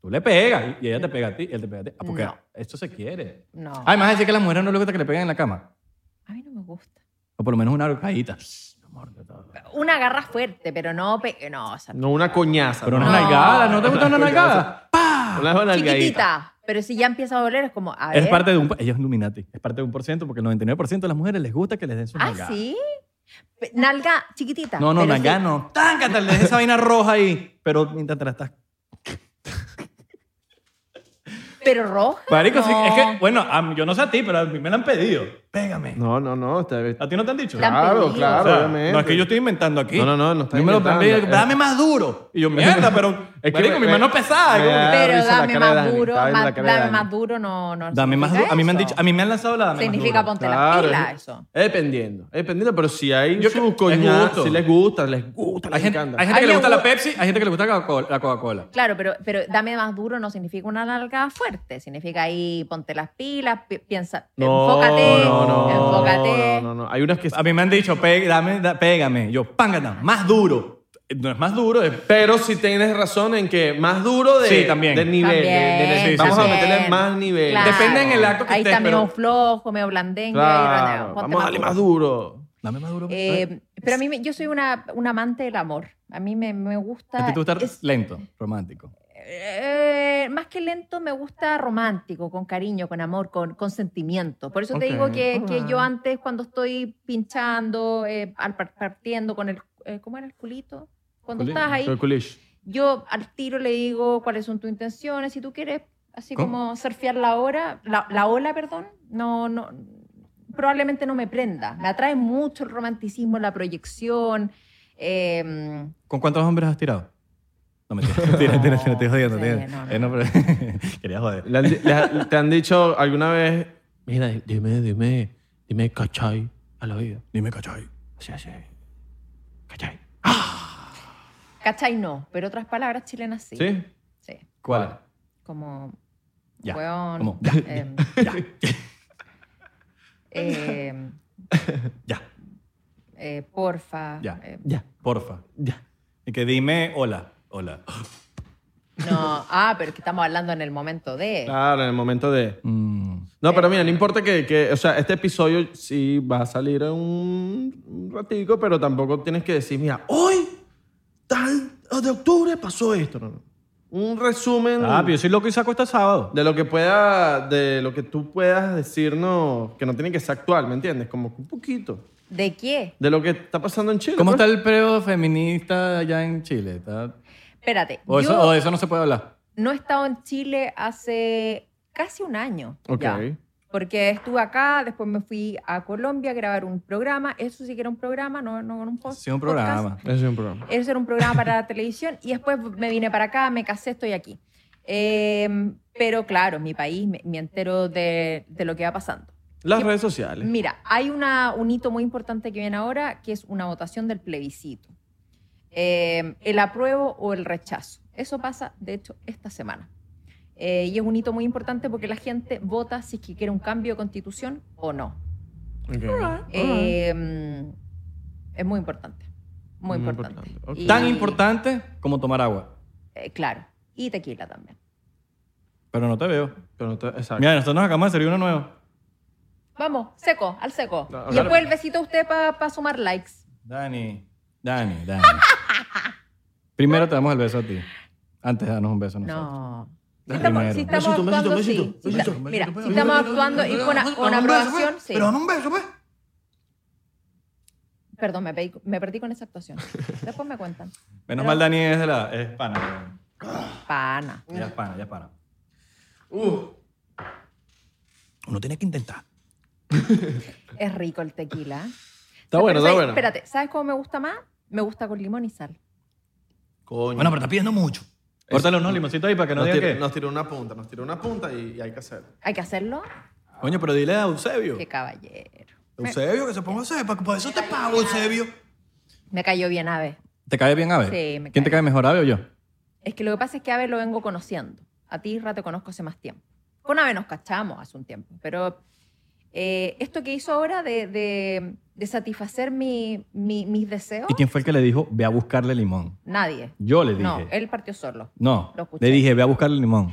A: Tú le pegas y y ella te pega a ti y él te pega a ti. Ah, porque
B: No.
A: esto se quiere. Ah,
B: No.
A: Además, decir que a las mujeres no les gusta que le peguen en la cama.
B: A mí no me gusta.
A: O por lo menos una arcadita. Shh, amor, yo te hablo.
B: Una garra fuerte, pero no. pe- No, o sea,
C: No, una coñaza.
A: Pero una
B: No.
A: nalgada. ¿No te gusta una nalgada? ¡Pah!
C: Una nalgadita.
B: chiquitita. Pero si ya empieza a doler, es como. A
A: Es
B: ver.
A: parte de un... Ella es Illuminati. Es parte de un por ciento porque el 99% de las mujeres les gusta que les den sus
B: Ah,
A: nalgadas.
B: sí. Pe- Nalga chiquitita.
A: No, no,
B: pero
A: nalgada
B: sí.
A: no. Táncate, le dejes esa vaina roja ahí. Pero mientras te la estás...
B: Pero roja.
A: Marico, sí,
B: no.
A: es que... Bueno, a- yo no sé a ti, pero a mí me la han pedido. Pégame.
C: No, no, no. está-
A: ¿A ti no te han dicho?
B: La-
C: Claro,
B: pedido.
A: O
C: claro,
A: sea,
C: obviamente.
A: no es que yo estoy inventando aquí.
C: No, no, no, no está
A: Yo me lo prendí,
C: inventando. Eh,
A: dame más duro. Y yo, mierda, pero.
C: Es que
A: marico,
C: me-
A: mi
C: me-
A: mano es pesada.
C: me
A: ¿cómo
C: da-
A: que-
B: Pero
C: risa la
B: dame
C: cara de
B: más
C: Dani,
B: duro,
C: estaba viendo la
B: más-
C: cara de
B: dame
C: Dani.
B: más duro, no, no.
A: Dame más duro.
B: significa
A: A mí me han
B: eso.
A: dicho, a mí me han lanzado la dame
B: Significa
A: más duro.
B: ponte las
C: Claro,
B: pilas,
C: es-
B: eso.
C: Es dependiendo, es dependiendo, pero si hay
A: Yo
C: yo
A: creo-
C: su
A: es
C: coñazo,
A: gusto.
C: si les gusta, les gusta, les
A: Hay gente,
C: encanta.
A: hay gente
B: A
A: que
B: mí
A: le
B: me
A: gusta la
B: gusta-
A: Pepsi, hay gente que le gusta la Coca-Cola- la Coca-Cola.
B: Claro, pero, pero dame más duro no significa una nalgada fuerte. Significa ahí ponte las pilas, pi- piensa, enfócate,
C: no, no,
B: enfócate.
C: No, no, no. Hay unas que
A: A mí me han dicho, "Pe- dame, da- pégame. Yo, pángata, más duro. No es más duro, es.
C: Pero si tienes razón en que más duro de,
A: Sí, también.
C: de nivel. de- de- de-
A: sí, sí,
C: vamos
A: sí.
C: a meterle más nivel.
B: Claro.
A: Depende en el acto que
B: Ahí
A: estés,
B: está
A: pero-
B: medio flojo, medio blandengue. ahí,
C: Claro,
B: raneo, ponte
C: vamos a darle más duro.
A: Dame más duro.
B: Eh, pero a mí, me- yo soy una, una amante del amor. A mí me, me gusta...
A: a ti te gusta
B: es-
A: lento, romántico.
B: eh, más que lento, me gusta romántico, con cariño, con amor, con, con sentimiento. Por eso
A: Ok,
B: te digo que, que
C: alright.
B: yo antes, cuando estoy pinchando, eh, al par- partiendo con el... eh, ¿Cómo era el culito? Cuando
A: Culito,
B: estás ahí,
C: Soy culish.
B: yo al tiro le digo cuáles son tus intenciones, si tú quieres así
A: ¿Cómo?
B: como surfear la hora, la, la ola, perdón, no, no, probablemente no me prenda. Me atrae mucho el romanticismo, la proyección. em,
A: ¿Con cuántos hombres has tirado? No me tira, tira, tira, tira, estoy jodiendo.
B: Sí,
A: tira.
B: no, no.
A: Eh, no, pero- Quería joder.
C: ¿Le han di- le ha- ¿Te han dicho alguna vez Mira, di- dime, dime, dime, cachai, a la vida.
A: Dime, cachai.
C: Así, así. Cachai.
B: Cachai no, pero otras palabras chilenas sí.
C: ¿Sí?
B: Sí.
A: ¿Cuál?
B: Como.
A: Ya,
B: Weón.
A: como,
B: em,
A: Ya,
B: em,
A: ya,
B: eh, porfa.
A: Ya.
B: em,
C: Ya,
A: porfa.
C: ya.
A: Y que dime hola, hola.
B: no, ah, pero que estamos hablando en el momento de.
C: Claro, en el momento de...
A: Mm,
C: No, pero mira, no importa que, que- o sea, este episodio sí va a salir en un, un ratico, pero tampoco tienes que decir, mira, hoy, tal de octubre pasó esto. No, no. Un resumen
A: Ah, pero yo soy loco y saco este sábado.
C: de lo que pueda, de lo que tú puedas decirnos, que no tiene que ser actual, ¿me entiendes? Como un poquito
B: ¿De qué?
C: de lo que está pasando en Chile.
A: ¿Cómo
C: pues.
A: está el periodo feminista allá en Chile? ¿Está-
B: Espérate.
A: O,
B: yo
A: Oh, eso, o de eso no se puede hablar.
B: no he estado en Chile hace casi un año.
C: Ok.
B: ya. porque estuve acá, después me fui a Colombia a grabar un programa. Eso sí que era un programa, no, no un post.
A: Sí, un
B: podcast.
A: programa.
C: Ese es un programa.
B: Eso era un programa para la televisión y después me vine para acá, me casé, estoy aquí. Eh, pero claro, mi país, me, me entero de, de lo que va pasando.
C: Las redes sociales.
B: Mira, hay una, un hito muy importante que viene ahora, que es una votación del plebiscito. Eh, el apruebo o el rechazo. Eso pasa, de hecho, esta semana. Eh, y es un hito muy importante porque la gente vota si es que quiere un cambio de constitución o no.
C: Ok.
A: Ah.
B: Eh, es muy importante. Muy,
C: Muy
B: importante.
C: importante, ok.
B: Y-
A: Tan importante como tomar agua.
B: eh, claro. Y tequila también.
A: Pero no te veo.
C: Pero no te- exacto.
A: Mira, nosotros nos acabamos de servir uno nuevo.
B: Vamos, seco, al seco.
C: No,
B: y
C: claro.
B: después el besito a usted para sumar likes.
A: Dani, Dani, Dani. Primero te damos el beso a ti. Antes de darnos un beso a nosotros.
B: No. Si
A: Dale,
B: estamos,
A: primero.
B: si estamos
C: Besito,
B: actuando,
C: besito,
B: sí.
C: besito,
B: Si esta-
C: besito, besito,
B: mira,
C: besito,
B: si estamos actuando y con una, con una aprobación, sí.
A: un beso, pues.
B: Perdón, me, pedí- me perdí con esa actuación. Después me cuentan.
A: Menos
B: Pero-
A: mal Dani es de la... Es pana.
B: Pana.
A: weón. Ya es pana, ya es pana.
C: Uh,
A: Uno tiene que intentar.
B: Es rico el tequila.
C: Está bueno, está
B: ¿sabes?
C: bueno.
B: Espérate, ¿sabes cómo me gusta más? Me gusta con limón y sal.
C: Coño.
A: Bueno, pero está pidiendo mucho. Córtale unos limoncitos ahí para que no
C: nos,
A: diga
C: tiró,
A: que...
C: nos tiró una punta, nos tiró una punta y, y hay que hacerlo.
B: ¿Hay que hacerlo?
A: Coño, pero dile a Eusebio.
B: Qué caballero.
A: Eusebio, que se ponga a hacer. Para, eso te pago, Eusebio.
B: Me cayó bien Ave.
A: ¿Te cae bien Ave?
B: Sí, me
A: ¿Quién
B: cae
A: te cae mejor, Ave o yo?
B: Es que lo que pasa es que Ave lo vengo conociendo. A ti, Ra, te conozco hace más tiempo. Con Ave nos cachamos hace un tiempo, pero eh, esto que hizo ahora de, de- de satisfacer mi- mi- mis deseos,
A: ¿Y quién fue el que le dijo, ve a buscarle limón?
B: nadie.
A: Yo le dije.
B: No, él partió solo.
A: No,
B: Lo escuché.
A: le dije, ve a buscarle limón.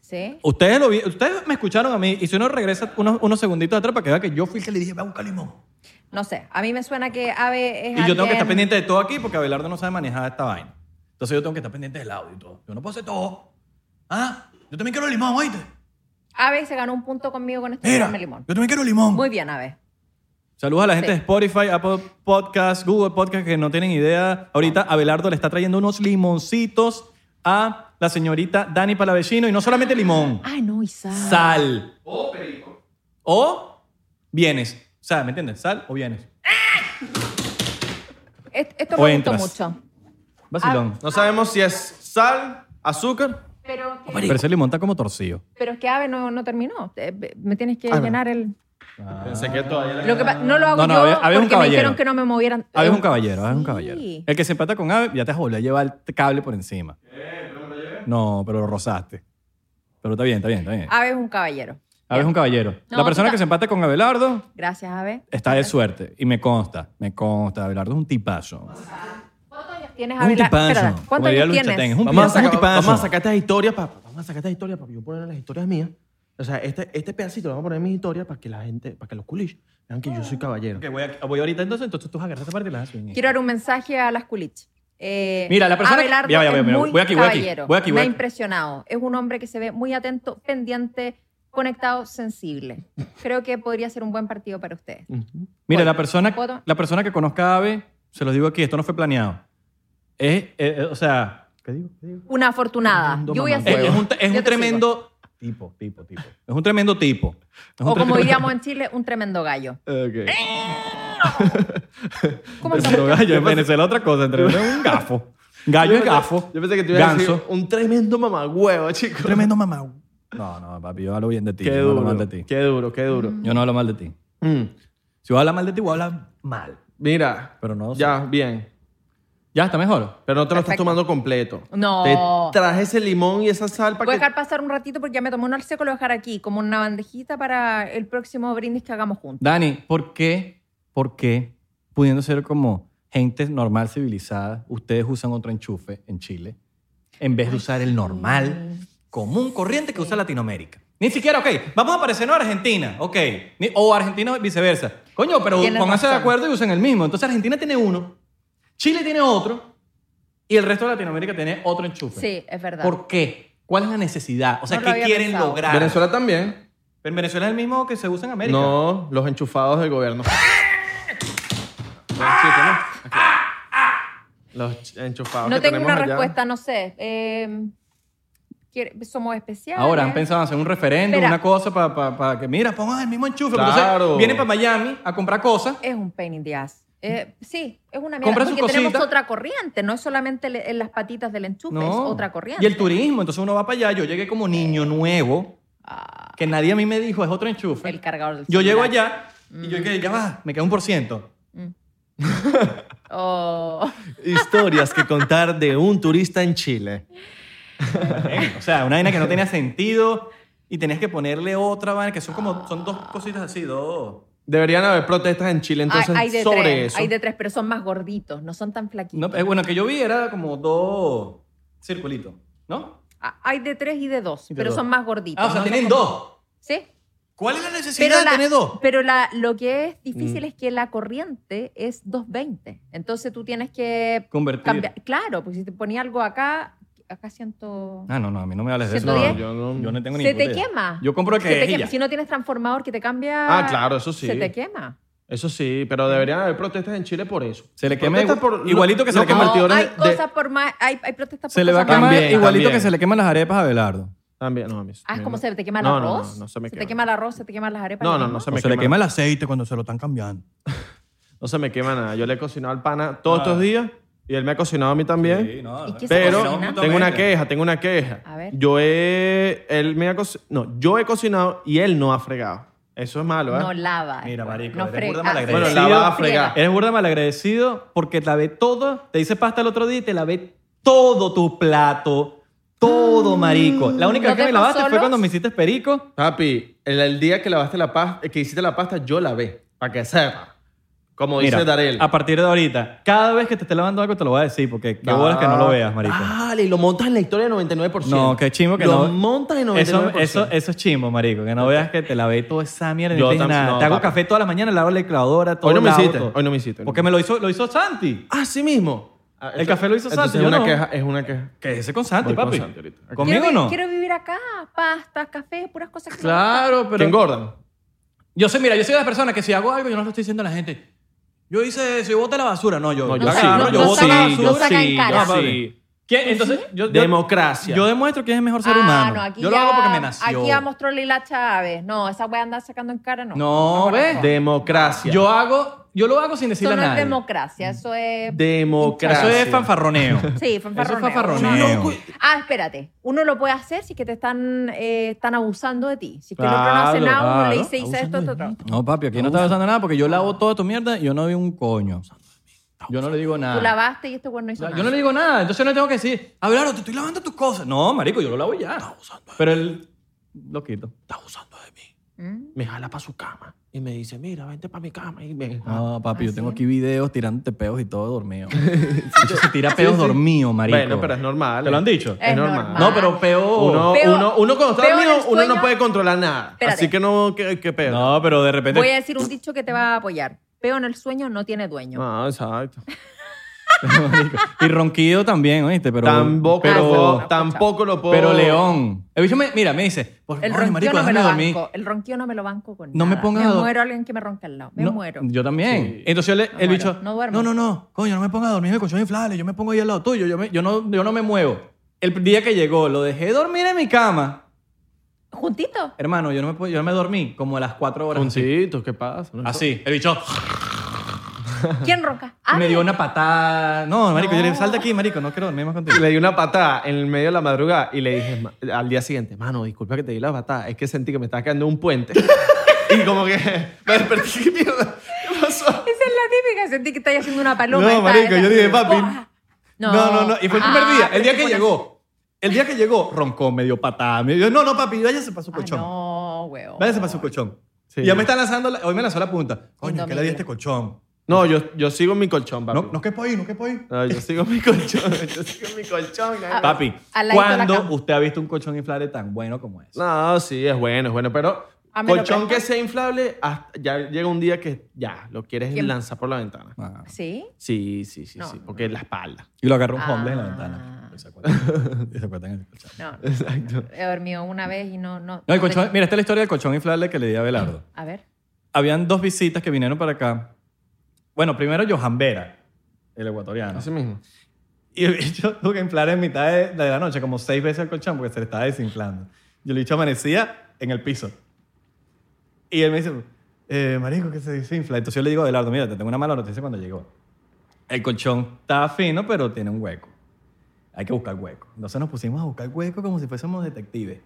B: ¿Sí?
A: Ustedes, lo vi- ustedes me escucharon a mí y si uno regresa unos, unos segunditos atrás para que vea que yo fui el que le dije, ve a buscar limón.
B: No sé, a mí me suena que Ave es
A: Y yo tengo que
B: alguien-
A: estar pendiente de todo aquí porque Abelardo no sabe manejar esta vaina. Entonces yo tengo que estar pendiente del audio y todo. Yo no puedo hacer todo. Ah, yo también quiero limón, oíste.
B: Ave se ganó un punto conmigo con este
A: Mira,
B: programa de limón.
A: yo también quiero limón.
B: Muy bien, Ave.
A: Saludos a la gente
B: Sí.
A: de Spotify, Apple Podcast, Google Podcast que no tienen idea. Ahorita Abelardo le está trayendo unos limoncitos a la señorita Dani Palavecino y no solamente limón,
B: Ay, no, Isa.
A: sal. O O vienes. O sea, ¿me entiendes? Sal o vienes.
B: Est- esto
A: O
B: me
A: entras.
B: gustó mucho.
A: Vacilón.
C: No sabemos si es sal, azúcar.
B: Pero, que-
A: Pero ese limón está como torcido.
B: pero es que Ave no, no terminó. Eh, Me tienes que
C: Ah,
B: llenar el...
C: Pensé que todavía le
B: Lo que pa- no lo hago
A: No, no,
B: yo
A: Ave- Ave es un
B: porque me
A: caballero.
B: dijeron que no me movieran.
A: Ave Ah, es un
B: Eh,
A: caballero, Ave es un
B: sí.
A: caballero. El que se empata con Ave, ya te has volvido a llevar el cable por encima. No, pero lo rozaste. Pero está bien, está bien, está bien.
B: Ave es un caballero.
A: Ave es un caballero.
B: Ah, No,
A: la persona
B: tú ta-
A: que se empate con Abelardo
B: Gracias, Ave.
A: está de suerte. Y me consta, me consta. Abelardo es un tipazo.
B: Tienes
A: Es un
B: Abelardo-
A: tipazo.
B: espera,
A: Como
B: ¿Cuántos
A: diría
B: años
A: Lucha
B: tienes?
A: Ten, es un
C: Vamos a,
A: Mira,
C: sacar,
A: ¿cómo te pasa?
C: vamos a sacar estas historias, papá. Vamos a sacar estas historias, papá. Yo voy a poner las historias mías. O sea, este, este pedacito lo voy a poner en mis historias para que la gente, para que los culis vean que yo soy caballero.
A: Ok, voy, a- voy ahorita entonces, entonces tú agarras esta parte y la haces.
B: Quiero dar un mensaje a las culich. Eh,
A: Mira, la persona que-
B: Abelardo
A: Ya, ya, ya,
B: es
A: mira,
B: muy
A: voy aquí, voy aquí,
B: caballero.
A: voy aquí, voy
B: Me ha
A: aquí.
B: impresionado. Es un hombre que se ve muy atento, pendiente, conectado, sensible. Creo que podría ser un buen partido para ustedes.
C: Ujú.
A: Mira,
B: Bueno,
A: la persona,
B: ¿puedo?
A: la persona que conozca a Ave, se los digo aquí, esto no fue planeado. Es, eh, eh, o sea, ¿qué digo? ¿Qué digo?
B: Una afortunada.
C: Tremendo
B: Yo voy a
A: Es,
B: ser.
A: es un, es
B: Yo
A: un
B: te sigo.
A: tremendo tipo, tipo, tipo. Es un tremendo tipo. Es un
B: O como
A: tremendo-
B: diríamos en Chile, un tremendo gallo.
A: Eh, tremendo
B: ¿Cómo estamos?
A: gallo. En Venezuela otra cosa, entre es un gafo. Gallo es gafo.
C: Yo pensé que te iba a decir
A: Ganso.
C: un tremendo mamagüevo, chico.
A: Tremendo mamá. No, no, papi, yo hablo bien de ti.
C: Qué
A: yo no hablo
C: duro.
A: mal de ti.
C: Qué duro, qué duro.
A: Yo no hablo mal de ti.
C: Mm.
A: Si voy a hablar mal de ti, voy a hablar mal.
C: Mira.
A: Pero no sé.
C: Ya, bien.
A: Ya está mejor.
C: Pero no te lo estás
B: Perfecto.
C: tomando completo.
B: No.
C: Te traje ese limón y esa sal
B: Voy a
C: para que.
B: dejar pasar un ratito porque ya me tomé un al seco, lo voy a dejar aquí, como una bandejita para el próximo brindis que hagamos juntos.
A: Dani, ¿por qué, por qué, pudiendo ser como gente normal, civilizada, ustedes usan otro enchufe en Chile en vez de usar el normal, común, corriente que usa Latinoamérica? Ni siquiera, ok, vamos a parecernos a Argentina, ok. Ni- o Argentina viceversa. Coño, pero
B: Tienes
A: pónganse de
B: razón.
A: acuerdo y usen el mismo. Entonces Argentina tiene uno, Chile tiene otro y el resto de Latinoamérica tiene otro enchufe.
B: Sí, es verdad.
A: ¿Por qué? ¿Cuál es la necesidad? O sea,
B: No lo
A: ¿qué
B: había
A: quieren
B: pensado.
A: lograr?
C: Venezuela también.
A: ¿En Venezuela es el mismo que se usa en América?
C: No, los enchufados del gobierno. Los chicos, ¿no? Aquí. Los ch- enchufados
B: no
C: que
B: tengo
C: tenemos
B: una
C: allá.
B: respuesta, no sé. Eh, quiere- somos especiales.
A: Ahora han pensado en hacer un referéndum,
B: Espera.
A: una cosa para que, mira, pongan el mismo enchufe. Entonces,
C: Claro.
A: vienen para Miami a comprar cosas.
B: Es un pain in the ass. Eh, sí, es una mierda.
A: Compra su
B: porque tenemos
A: cosita.
B: otra corriente, no es solamente le- en las patitas del enchufe, es
A: No.
B: otra corriente.
A: Y el turismo, entonces uno va para allá. Yo llegué como niño nuevo, que nadie a mí me dijo, es otro enchufe.
B: Ah, El Mm. cargador del
A: yo
B: celular.
A: llego allá y yo dije, ya va, me queda un por ciento.
B: Oh.
C: Historias que contar de un turista en Chile.
A: o sea, una vaina que no tenía sentido y tenías que ponerle otra vaina, que son
B: Ah.
A: como, son dos cositas así, dos.
C: Deberían haber protestas en Chile entonces
B: Ah, hay, hay de
C: sobre
B: tres,
C: eso.
B: hay de tres, pero son más gorditos, no son tan flaquitos.
A: No, eh, bueno, que yo vi era como dos circulitos, ¿no?
B: Ah, Hay de tres y de dos,
A: Y de
B: pero
A: dos.
B: son más gorditos.
A: Ah, o sea,
B: no son
A: tienen
B: como-
A: dos.
B: Sí.
A: ¿Cuál es la necesidad
B: Pero,
A: de
B: la-
A: tener dos?
B: pero la- lo que es difícil es que la corriente es 220. Entonces tú tienes que
A: Convertir.
B: cambiar. Claro, porque si te ponía algo acá, acá siento.
A: Ah, no, no, a mí no me hables de eso.
B: ¿Siento
A: No,
B: bien?
A: yo, no, yo no tengo ni
B: se
A: puta
B: te
A: idea.
B: quema.
A: Yo compro el
B: Se
A: que
B: te
A: es y
B: quema.
A: ya.
B: Si no tienes transformador que te cambia.
C: Ah, claro, eso sí.
B: Se te quema.
C: Eso sí, pero deberían haber protestas en Chile por eso.
A: Se le quema
C: Protestas
A: igual- igualito que se
C: los
A: le quema el
B: No,
C: convertidores
B: hay
C: de-
B: cosas por más. Hay, hay protestas por
A: Se le va a
B: cosas más-
A: quemar
C: También,
A: igualito Mm.
C: también.
A: que se le queman las arepas a Belardo.
C: También, no, a mí.
B: Ah, es
C: no.
B: como se te quema el
C: No,
B: arroz.
C: no, no, no se me
B: te
C: quema.
B: quema el arroz, se te queman las arepas.
C: No,
B: ¿y
C: no,
B: qué
C: no
B: más?
C: se
A: O
C: me
A: se le
C: quema.
A: quema el aceite cuando se lo están cambiando.
C: No se me quema nada. Yo le he cocinado al pana todos estos días y él me ha cocinado a mí también.
A: no,
B: ¿Y qué se
C: Pero
B: cocina?
C: tengo una queja, tengo una queja.
B: A ver.
C: Yo he, él me ha coci- no, yo he cocinado y él no ha fregado. Eso es malo, ¿eh?
B: No lava.
A: Mira, marico,
B: no
A: eres
B: fre-
A: burda
B: ah,
A: malagradecida.
C: bueno,
B: sí,
C: la
B: sí,
C: va a
B: friega.
C: fregar.
A: Eres burda malagradecido porque te la ve todo. Te dice pasta el otro día y te la ve todo tu plato.
B: Mm.
A: Todo, marico. La única
B: ¿Nos
A: vez que me
B: dejas
A: lavaste fue
B: solos?
A: cuando me hiciste perico.
C: Papi, el, el día que lavaste la pasta, que hiciste la pasta, yo la ve, para que sepa. Como
A: Mira,
C: dice Darel.
A: a partir de ahorita, cada vez que te esté lavando algo te lo voy a decir porque qué bolas que no lo veas, marico.
C: Dale, y lo montas en la historia del 99%.
A: No, qué chimbo que
C: lo
A: no-
C: montas en 99%.
A: Eso, eso, eso es chimbo, marico. Que no veas que te lavé toda esa mierda. y no
C: Yo
A: te dije
C: tam-
A: nada.
C: no,
A: te hago
C: papi.
A: café toda la mañana, lavo la licuadora, todo.
C: Hoy no me
A: lavo
C: hiciste,
A: todo.
C: hoy no me hiciste.
A: Porque me lo hizo, lo hizo Santi.
C: Ah, sí mismo. Ah,
A: El
C: esto-
A: café lo hizo
C: entonces
A: Santi,
C: Es
A: yo
C: una
A: no.
C: queja, es una queja.
A: ¿Qué es ese con Santi,
C: Voy con
A: papi?
C: Santi ahorita.
A: ¿Conmigo
B: Quiero vi-
A: no?
B: Quiero vivir acá. Pastas, café, puras cosas que
A: Claro,
C: ¿Te
A: pero.
C: engordan?
A: Yo soy, mira, yo soy de las personas que si hago algo, yo no lo estoy diciendo a la gente. Yo hice eso, yo boté la basura. No, yo,
C: No,
A: yo
C: yo sí,
A: agarro,
C: no,
A: yo
C: no
A: boto
C: saca-
A: la
C: no
A: basura.
B: saca en cara.
A: No, papi.
C: Sí.
A: ¿Quién? Entonces, yo, yo-
C: Democracia.
A: yo demuestro quién es mejor ser
B: Ah,
A: humano.
B: no, aquí
A: yo lo
B: ya-
A: hago porque me nació.
B: Aquí ya mostró Lila Chávez. No, esa wea anda sacando en cara, no.
A: No, ¿ves?
B: corresponde.
C: democracia.
A: yo hago, yo lo hago sin decirle
B: Eso
A: a
B: no es
A: nadie.
B: democracia, eso es.
C: democracia.
A: Eso es fanfarroneo.
B: Sí, fanfarroneo.
A: Eso es fanfarroneo.
B: Uno no- Ah, espérate. Uno lo puede hacer si es que te están, eh, están abusando de ti. Si es que el otro no hace
C: Claro,
B: nada, uno le
A: claro.
B: dice, hice esto, esto, esto.
A: No, papi, aquí no estás usando nada porque yo lavo toda tu mierda y yo no vi un coño. Yo no le digo
B: Tú
A: nada.
B: lavaste y este weón no hizo nada.
A: Yo no le digo nada, entonces yo no tengo que decir, Abelardo, te estoy lavando tus cosas. No, marico, yo lo lavo
C: Ah,
A: ya. Pero él lo quito.
D: está abusando de mí.
B: ¿Mm?
D: Me jala para su cama y me dice, mira, vente para mi cama. Y me...
A: No, papi,
B: ¿Ah,
A: yo tengo
B: sí?
A: aquí videos tirándote peos y todo dormido. Yo se tira peos dormido, marico.
C: Bueno, pero es normal. eh.
A: ¿Te lo han dicho?
B: Es
C: Es normal.
B: normal.
A: No, pero peo...
C: Uno,
B: Peo-
C: uno, uno cuando está
B: peo en el
C: dormido, uno no
B: sueño-
C: puede controlar nada.
B: Espérate.
C: Así que no, qué, qué pedo.
A: No, pero de repente...
B: Voy a decir un dicho que te va a apoyar. Peo en el sueño no tiene dueño.
C: No, exacto.
A: Marico. Y ronquido también, ¿oíste? Pero,
C: tampoco,
A: pero,
C: lo- tampoco lo puedo.
A: pero León. El bicho me- mira, me dice, por
B: El
A: favor,
B: ronquío
A: marico,
B: no me
A: déjame
B: lo
A: dormir.
B: banco. El ronquío no me lo banco con
A: No me
B: nada.
A: pongas a
B: Me
A: do-
B: muero a alguien que me ronca al lado. Me
A: No,
B: muero.
A: Yo también. Entonces yo le- el
B: muero,
A: bicho,
B: no
A: no,
B: duermo.
A: no, no, coño, no me ponga a dormir en el colchón inflable, yo me pongo ahí al lado tuyo, yo, me- yo, no, yo no me muevo. El día que llegó, lo dejé dormir en mi cama.
B: ¿Juntito?
A: Hermano, yo no me, puedo- yo no me dormí como a las cuatro horas.
C: Juncitos, ¿qué pasa? No
A: Así, el bicho.
B: ¿Quién ronca? Ah,
A: Y me
B: Abre.
A: dio una patada. No, marico, yo le
B: No.
A: dije, salta aquí, marico, no quiero dormir más contigo.
C: Le di una patada en el medio de la madrugada y le dije ma- al día siguiente, mano, disculpa que te di la patada, es que sentí que me estaba cayendo un puente. y como que me desperté, ¿qué mierda? ¿Qué pasó?
B: Esa es la típica, sentí que estás haciendo una paloma.
A: No,
B: está-
A: marico, yo dije, papi,
B: Porra.
A: No, no, no. Y fue el primer
B: Ah,
A: día,
B: pero
A: el día
B: te
A: que
B: pones-
A: llegó. El día que llegó, roncó, me dio patada. Me dio, no, no, papi, váyase para su
B: Ah,
A: colchón.
B: no, weón.
A: Váyase para su colchón.
C: Sí.
A: Y ya me está lanzando, la- hoy me lanzó la punta. Coño, ¿qué le
B: Indomible.
A: di a este colchón?
C: No, yo, yo sigo en mi colchón, papi.
A: No, no quepo ahí, no quepo ahí.
C: No, yo sigo en mi colchón, yo sigo en mi colchón. ¿eh?
B: Ah.
A: Papi,
B: al ladito de la
A: ¿cuándo
B: cama.
A: usted ha visto un colchón inflable tan bueno como ese?
C: No, sí, es bueno, es bueno, pero
B: Ah, me lo
C: colchón que
B: prestas.
C: sea inflable, hasta- ya llega un día que ya lo quieres
B: ¿Quién?
C: lanzar por la ventana.
A: Ah.
B: ¿Sí?
C: Sí, sí, sí,
B: No.
C: sí, porque la espalda.
A: Y lo agarró un homeless en la
B: Ah.
A: ventana. Y se acuerdan- y se acuerdan en el colchón.
B: No, no,
C: Exacto.
B: he dormido una vez y no... No,
A: No, el
B: te-
A: colchón, mira, esta es la historia del colchón inflable que le di a Belardo.
B: A ver.
A: Habían dos visitas que vinieron para acá. Bueno, primero Johan Vera, el ecuatoriano.
C: Así mismo.
A: Y el bicho tuvo que inflar en mitad de, de la noche, como seis veces el colchón, porque se le estaba desinflando. Y el bicho amanecía en el piso. Y él me dice, eh, marico, que se desinfla. Entonces yo le digo a Adelardo, mira, te tengo una mala noticia cuando llegó. El colchón estaba fino, pero tiene un hueco. Hay que buscar hueco. Entonces nos pusimos a buscar hueco como si fuésemos detectives.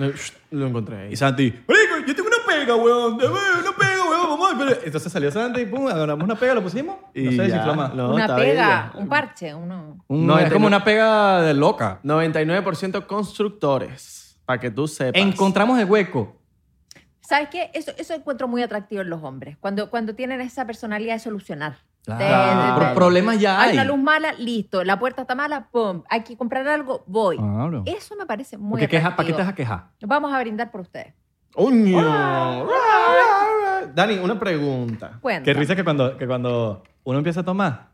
C: Eh, Lo encontré ahí.
A: Y Santi, marico, yo tengo una pega, weón. Dame Una pega, weón, vamos. a ver". Entonces salió Santi, pum, agarramos una pega, lo pusimos y no se
C: ya,
A: desinfló más.
C: no,
B: una
C: está
B: pega,
C: bello.
B: un parche, uno...
A: Un-
C: No,
A: es como
C: tengo-
A: una pega de loca.
C: 99% constructores, para que tú sepas.
A: Encontramos el hueco.
B: ¿Sabes qué? Eso, eso encuentro muy atractivo en los hombres. Cuando, cuando tienen esa personalidad de solucionar.
A: Claro.
B: De- de- de-
A: Pro- problemas ya hay.
B: Hay una luz mala, listo. La puerta está mala, pum. Hay que comprar algo, voy.
A: Claro.
B: Eso me parece muy
A: Ah. Porque queja, ¿para qué
B: atractivo.
A: te vas a quejar?
B: Vamos a brindar por ustedes.
C: ¡Oño! Dani, una pregunta.
B: Cuenta.
A: Qué risa que cuando, que cuando uno empieza a tomar,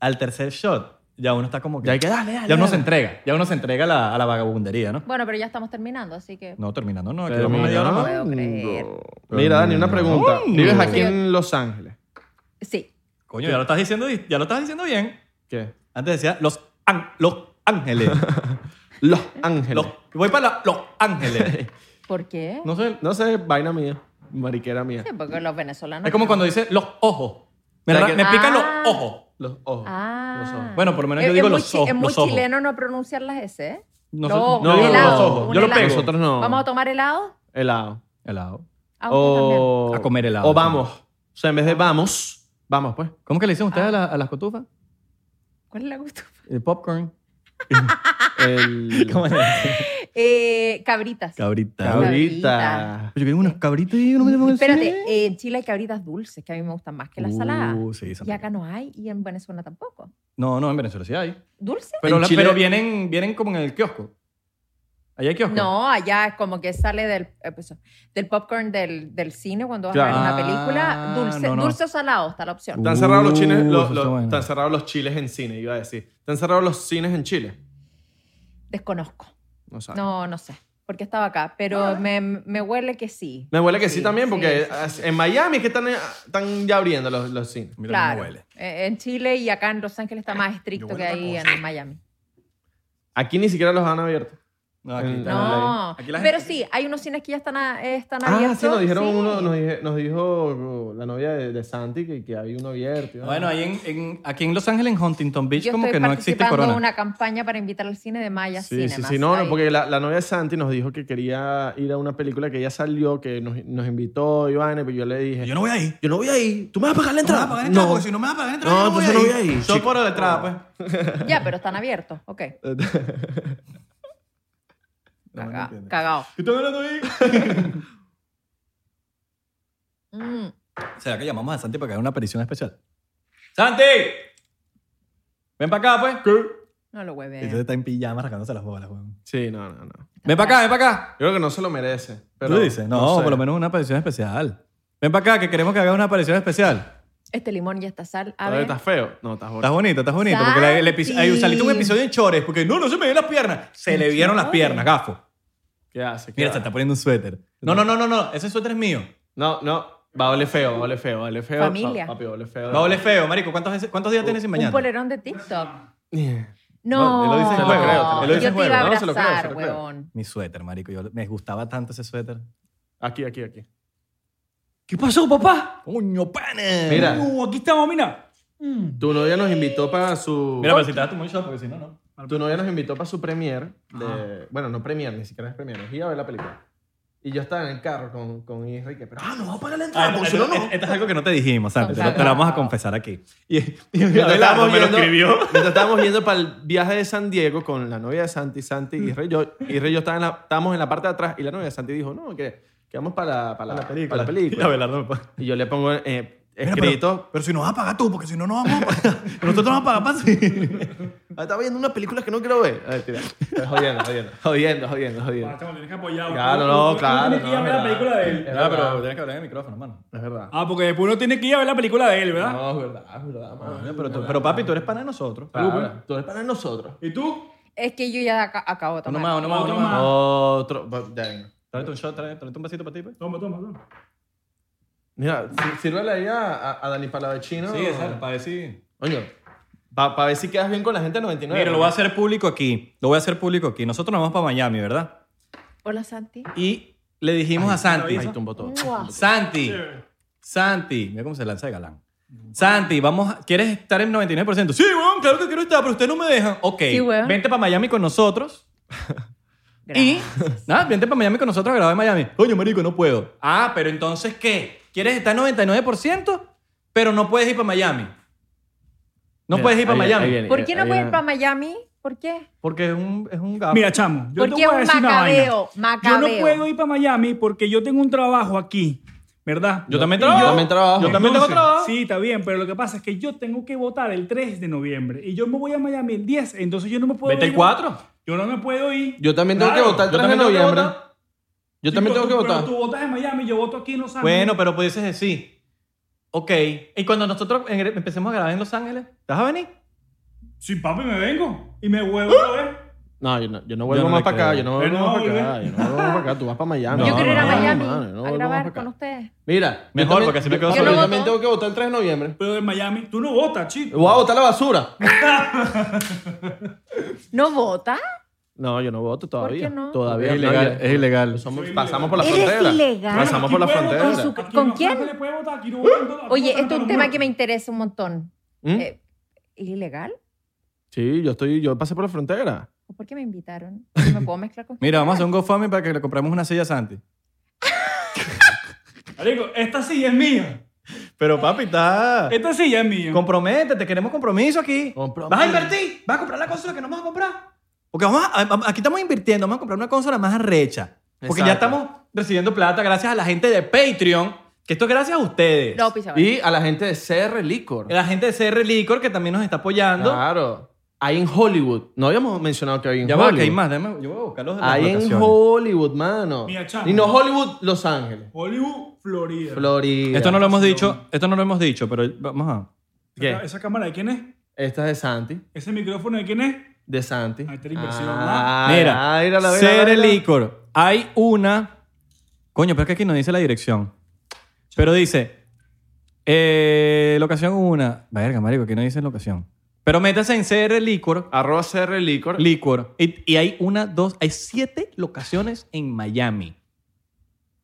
A: al tercer shot, ya uno está como que... "Ah,
C: Ya hay que darle, dale.
A: ya uno
C: dale.
A: se entrega. Ya uno se entrega a la, a la vagabundería, ¿no?
B: Bueno, pero ya estamos terminando, así que...
A: No, terminando, no. aquí
C: Terminando.
A: vamos media hora más.
B: puedo creer.
C: Mira, Dani, una pregunta.
A: Oño.
C: ¿Vives aquí en Los Ángeles?
B: Sí.
A: Coño, ya lo estás diciendo, di- ya lo estás diciendo bien.
C: ¿Qué?
A: Antes decía Los, An- los Ángeles.
C: Los Ángeles.
A: Los- voy para la- Los Ángeles.
B: ¿Por qué?
A: No sé.
C: No sé, vaina mía, mariquera mía.
B: Sí, porque los venezolanos...
A: Es como cuando dice Los Ojos. Me,
C: Ya
A: ra-
C: que-
A: me pican
B: Ah.
A: los ojos.
C: Los ojos. Los
B: Ah.
C: ojos.
A: Bueno, por lo menos yo
B: Es-
A: digo
B: es muy
A: los
B: chi-
A: ojos,
B: Es muy
A: los ojos.
B: chileno no pronunciar las S, ¿eh?
A: No
B: Los
A: sé-
B: ojos,
A: yo
C: no,
A: digo
B: helado,
A: los ojos.
B: un
A: Yo lo
B: helado.
A: pego.
C: Nosotros no.
B: ¿Vamos a tomar helado?
C: Helado.
A: Helado.
B: Ah, usted también.
C: O...
A: A comer helado.
C: O vamos. O sea, en vez de vamos, vamos pues.
A: ¿Cómo que le dicen ustedes a, la- a las cotufas?
B: Ah, ¿Cuál es la gusto?
A: El popcorn.
C: El...
A: ¿Cómo es?
B: Eh, cabritas.
A: Cabrita.
C: Cabrita.
A: Yo quiero unas cabritas y no me tengo
B: Espérate, eh, en Chile hay cabritas dulces que a mí me gustan más que las saladas.
A: Uh, sí, esa
B: Y acá
A: también.
B: no hay, y en Venezuela tampoco.
A: No, no, en Venezuela sí hay.
B: ¿Dulce?
A: Pero,
C: En
A: la-
C: Chile-
A: pero vienen, vienen como en el kiosco. ¿Allá hay kiosco?
B: No, allá es como que sale del, eh, pues, del popcorn del, del cine cuando vas
C: Claro.
B: a ver una
A: Ah,
B: película. Dulce,
A: no, no.
B: dulce o salado está la opción.
A: Uh,
C: Están cerrados los chiles,
A: eso
C: los-
A: está
C: los-
A: bueno.
C: están cerrados los chiles en cine, iba a decir. Están cerrados los cines en Chile.
B: Desconozco.
C: No sabes.
B: No, no sé. Porque estaba acá. Pero me, me huele que sí.
C: Me huele que sí,
B: Sí,
C: también,
B: sí,
C: porque
B: sí, sí, sí.
C: en Miami es que están, están ya abriendo los, los cines.
A: Mira,
B: claro.
A: no huele.
B: Eh, En Chile y acá en Los Ángeles está más estricto
A: huelo
B: que
A: otra
B: ahí
A: cosa.
B: en Miami.
C: Aquí ni siquiera los han abierto.
A: No, aquí está.
B: No,
A: Aquí la gente-
B: pero sí, hay unos cines que ya están, a- eh, están
C: Ah,
B: abiertos.
C: sí, nos dijeron
B: sí.
C: uno, nos, dije- nos dijo uh, la novia de, de Santi que, que había uno abierto. y-
A: Bueno, ahí en, en- aquí en Los Ángeles, en Huntington Beach,
B: Yo
A: como
B: estoy
A: que no existe
B: participando
A: corona.
B: en una campaña para invitar al cine de Maya
C: Sí, sí,
B: Cinemas.
C: sí, no, no,
B: Ahí.
C: porque la, la novia de Santi nos dijo que quería ir a una película que ella salió, que nos, nos invitó, Iván, pero yo le dije,
A: no voy ahí.
C: yo no voy ahí, tú me vas a pagar la
A: No me
C: entrada.
A: vas a pagar entrada,
C: No.
A: porque si no me vas a pagar entrada,
C: No,
A: yo
C: entonces no voy ahí,
A: Yo
C: chico.
A: por la entrada, pues.
B: Ya, pero están abiertos, ok. Caga- Cagao.
A: ¿Qué estás hablando ahí?
B: Mm.
A: ¿Será que llamamos a Santi para que haga una aparición especial? ¡Santi! Ven para acá, pues.
B: no lo
A: Entonces
B: hueve.
A: está en pijama rascándose las bolas, weón.
C: Sí, no, no, no. Yo
A: Ven para acá, ven para acá.
C: creo que no se lo merece. Pero,
A: ¿Tú dices? No,
C: sé.
A: por lo menos una aparición especial. Ven para acá, que queremos que hagas una aparición especial.
B: Este limón y esta sal, a
C: ¿Todavía
B: ver.
C: estás feo? No, estás
A: Estás
C: gordo.
A: bonito, estás bonito. Porque la- el epi-
B: Santi.
A: ahí saliste un episodio en chores, porque no, no se me ven las piernas. Se le vieron las
B: Chores.
A: piernas, gafo.
C: ¿Qué haces? ¿Qué
A: Mira, se
C: haces?
A: está poniendo un suéter. No, no, no, no, no. Ese suéter es mío.
C: No, no, va a oler feo, va a oler feo, va a oler feo.
B: Familia.
C: Pa- Papi, va a oler feo.
A: Va a oler feo, marico. ¿Cuántos, veces- cuántos días tienes sin
B: Un
A: mañana?
B: polerón de TikTok.
A: No,
B: No,
A: él lo dice,
C: se lo creo, él lo dice
B: yo
A: en
B: te iba a
C: juego, no, se lo creo, se
B: abrazar,
C: lo creo.
B: huevón.
A: Mi suéter, marico. Yo, me gustaba tanto ese suéter.
C: Eh. Aquí, aquí, aquí.
E: ¿Qué pasó, papá?
A: ¡Coño, pane!
C: Mira.
E: Uh, aquí estamos, mira. Mm.
C: Tu novia nos invitó para su...
A: Mira, pero si te das tu mucho, porque si no, no.
C: Tu novia nos invitó para su premier de... Bueno, no premier, ni siquiera es premier. Nos iba a ver la película. Y yo estaba en el carro con, con Enrique, pero... Ah, no, va a pagar la entrada,
A: Ah,
C: porque si
A: esto,
C: no, no.
A: esto es algo que no te dijimos, Santi. Te,
B: Son
A: lo- te lo vamos a confesar aquí. Y, y- Abelardo me lo escribió.
C: mientras estábamos yendo para el viaje de San Diego con la novia de Santi, Santi
B: Mm.
C: y Rey. Yo, y Rey y yo estaba en la- estábamos en la parte de atrás y la novia de Santi dijo, no, que, que vamos para la, para la, para la
A: Y
C: película.
A: Abelardo me pone,
C: Y yo le pongo eh,
A: "Mira,
C: escrito...
A: Pero, pero si nos vas a pagar tú, porque si no, no vamos. a pagar. Nosotros no vamos a pagar para sí.
C: "Ah, Estaba viendo unas películas que no quiero ver. A ver, tira. Jodiendo, jodiendo. Jodiendo, jodiendo, jodiendo.
E: Ah, chamo, tienes que apoyarlo.
C: Claro,
E: Uno-
C: no,
E: uno
C: claro,
E: Tiene que ir a
C: no,
E: ver la
C: verdad.
E: película de él.
A: No, pero tienes que hablar en el micrófono, hermano.
C: Es verdad.
E: Ah, porque después uno tiene que ir a ver la película de él, ¿verdad?
C: No, es verdad, es verdad. mano.
A: Pero, tú- pero papi, tú eres pana de nosotros.
C: Claro, tú eres para nosotros.
E: ¿Y tú?
B: Es que yo ya aca- acabo de
A: Uno
B: tomar.
A: más, uno más, uno
E: Toma.
A: más.
D: Ah.
C: Otro. va- ya vengo.
A: Tráete un shot, trae- tráete un vasito para ti, pues.
E: Toma, toma, toma.
C: Mira, sí- sírvele ahí a, a, a Dani Palavecino.
A: Sí, exacto, para decir.
C: Coño, para ver si quedas bien con la gente del 99.
A: Mira, lo voy a hacer público aquí. Lo voy a hacer público aquí. Nosotros nos vamos para Miami, ¿verdad?
B: Hola, Santi.
A: Y le dijimos a Santi.
C: Ahí tumbó todo.
B: Mua.
A: Santi, Santi, mira cómo se lanza de galán. Santi, vamos, a- ¿quieres estar en 99%? Sí, weón, claro que quiero estar, pero ustedes no me dejan. Ok,
B: Sí, weón.
A: vente para Miami con nosotros.
B: Gracias.
A: Y, nada, vente para Miami con nosotros a grabar en Miami. Coño, marico, no puedo. Ah, pero entonces, ¿qué? ¿Quieres estar en 99%, pero no puedes ir para Miami? No
C: Mira,
A: puedes ir para
C: ahí viene,
A: Miami.
C: ahí viene,
B: ¿Por qué no
C: ahí
B: puedo ir
C: viene.
B: para Miami? ¿Por qué?
A: Porque es un, es un gafo.
E: Mira, chamo, yo te
B: Porque
E: voy a
B: es
E: decir
B: un
E: una vaina.
B: macabeo, macabeo.
E: Yo no puedo ir para Miami porque yo tengo un trabajo aquí, ¿verdad?
A: yo también
C: yo
A: trabajo.
C: también trabajo.
A: Yo también tengo
E: Entonces,
A: trabajo.
E: Sí, está bien, pero lo que pasa es que yo tengo que votar el 3 de noviembre y yo me voy a Miami el 10, entonces yo no me puedo
A: Vete
E: ir.
A: el 4.
E: Yo no me puedo ir.
C: Yo también tengo
E: Claro,
C: que votar el
A: yo
C: 3 de
A: también tengo que
C: noviembre.
A: votar.
C: Yo también
E: Sí,
C: tengo que
E: pero
C: votar.
E: Tú votas en Miami, yo voto aquí en
C: Ah,
E: Los Ángeles.
A: Bueno, pero pudieses decir, ok, y cuando nosotros en- empecemos a grabar en Los Ángeles, ¿te vas a venir?
E: Sí, papi, me vengo y me vuelvo otra vez.
C: No, yo no, yo no vuelvo
A: Yo no
C: más
A: le
C: para acá.
A: creo.
C: Yo no
E: Él
C: vuelvo
E: no
C: más
E: vuelve.
C: para acá. Yo no vuelvo más para acá. Tú vas para Miami.
A: No,
B: yo quiero ir a
A: no,
B: Miami
C: mano, yo no
B: a
C: vuelvo más
B: grabar
C: para
B: con
C: acá.
B: ustedes.
C: Mira.
A: Mejor,
C: yo también-
A: porque así me quedo
C: yo-
A: solo.
C: Yo
B: Yo no
C: también
B: voto.
C: tengo que votar el 3 de noviembre.
E: Pero en Miami, tú no votas, chico.
C: Voy a votar la basura.
B: ¿No vota?
C: No, yo no voto todavía.
B: qué no?
C: Todavía
A: Es ilegal, es ilegal.
C: Somos-
E: Soy
C: pasamos por la
B: ilegal.
C: frontera.
B: Eres ilegal.
C: Pasamos por la
E: Aquí puede votar.
C: frontera.
B: Eso-
E: Aquí
B: ¿Con
E: no,
B: quién?
E: no se le puede votar, aquí no votan todos-
B: Oye,
E: votan
B: esto es
E: los
B: un tema
E: muertos.
B: que me interesa un montón.
C: ¿Mm?
B: Eh, ¿Es ilegal?
C: Sí, yo estoy, yo pasé por la frontera.
B: ¿O ¿Por qué me invitaron? ¿No ¿Me puedo mezclar con
A: Mira, vamos a hacer un GoFundMe para que le compremos una silla a Santi.
E: Marico, esta silla es mía.
A: Pero papi, está...
E: Esta silla es mía.
A: Comprométete, queremos compromiso aquí.
C: Compromiso.
A: ¿Vas a invertir? ¿Vas a comprar la consola que no vamos a comprar? Porque vamos a- a- aquí estamos invirtiendo, vamos a comprar una consola más arrecha. Porque ya
C: Exacto.
A: estamos recibiendo plata gracias a la gente de Patreon, que esto es gracias a ustedes.
B: No, pisa, vale.
C: Y a la gente de CR Licor.
A: la gente de CR Licor, que también nos está apoyando.
C: Ah, Claro. Ahí en Hollywood. No habíamos mencionado que hay en
A: Ya va,
C: Hollywood.
A: que hay más. déjame- yo voy a buscar los de las
C: Ahí en
A: locaciones.
C: Hollywood, mano.
E: Mira, chamo.
C: Y no Hollywood, Los Ángeles.
E: Hollywood, Florida.
C: Florida.
A: Esto no lo hemos dicho, esto no lo hemos dicho, pero vamos a.
E: Esa-
C: ¿Qué?
E: ¿Esa cámara de quién es?
C: Esta es de Santi.
E: ¿Ese micrófono de quién es?
C: De Santi.
E: Ahí está la inversión,
A: Mira,
C: ah, mírala, mírala,
A: Cere
C: mírala.
A: Licor. Hay una. Coño, pero es que aquí no dice la dirección. Pero dice. eh, locación 1. Verga, marico, aquí no dice locación. Pero métase en CR Licor.
C: Arroba CR Licor.
A: Licor. Y, y hay una, dos, hay siete locaciones en Miami.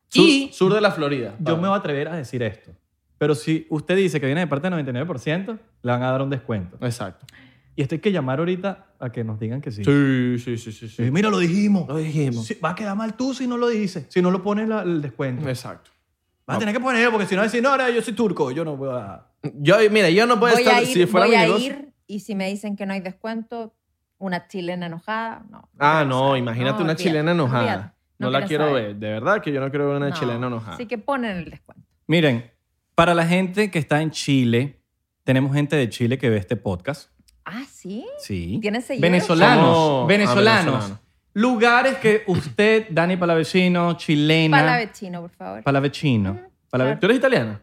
C: Sur,
A: y
C: sur de la Florida.
A: yo me voy a atrever a decir esto. Pero si usted dice que viene de parte del 99%, le van a dar un descuento.
C: Exacto.
A: Y esto hay que llamar ahorita a que nos digan que sí.
C: Sí, sí, sí, sí. sí.
A: Y mira, lo dijimos.
C: Lo dijimos.
A: Sí, va a quedar mal tú si no lo dices, si no lo pones la- el descuento. Vas
C: Exacto.
A: a tener que ponerlo porque si no decir, no, ahora yo soy turco, yo no voy a...
C: Yo, mira, yo no puedo
B: voy
C: estar
B: a ir,
C: si fuera
B: voy
C: mi
B: a
C: negocio.
B: ir y si me dicen que no hay descuento, una chilena enojada, no.
C: Ah,
B: quiero
C: no,
B: saber.
C: imagínate
B: No,
C: una
B: olvídate,
C: chilena
B: olvídate.
C: enojada. No, la quiero
B: saber.
C: ver. De verdad que yo no quiero ver una
B: No.
C: chilena enojada.
B: Así que ponen el descuento.
A: Miren, para la gente que está en Chile, tenemos gente de Chile que ve este podcast.
B: Ah, sí.
A: Sí.
B: ¿Tienen seguidores?
A: Venezolanos,
C: Somos- ah,
A: venezolanos.
C: venezolanos.
A: Lugares que usted, Dani Palavecino, chilena...
B: Palavecino, por favor.
A: Palavecino. Palave-
C: ¿Tú eres italiana?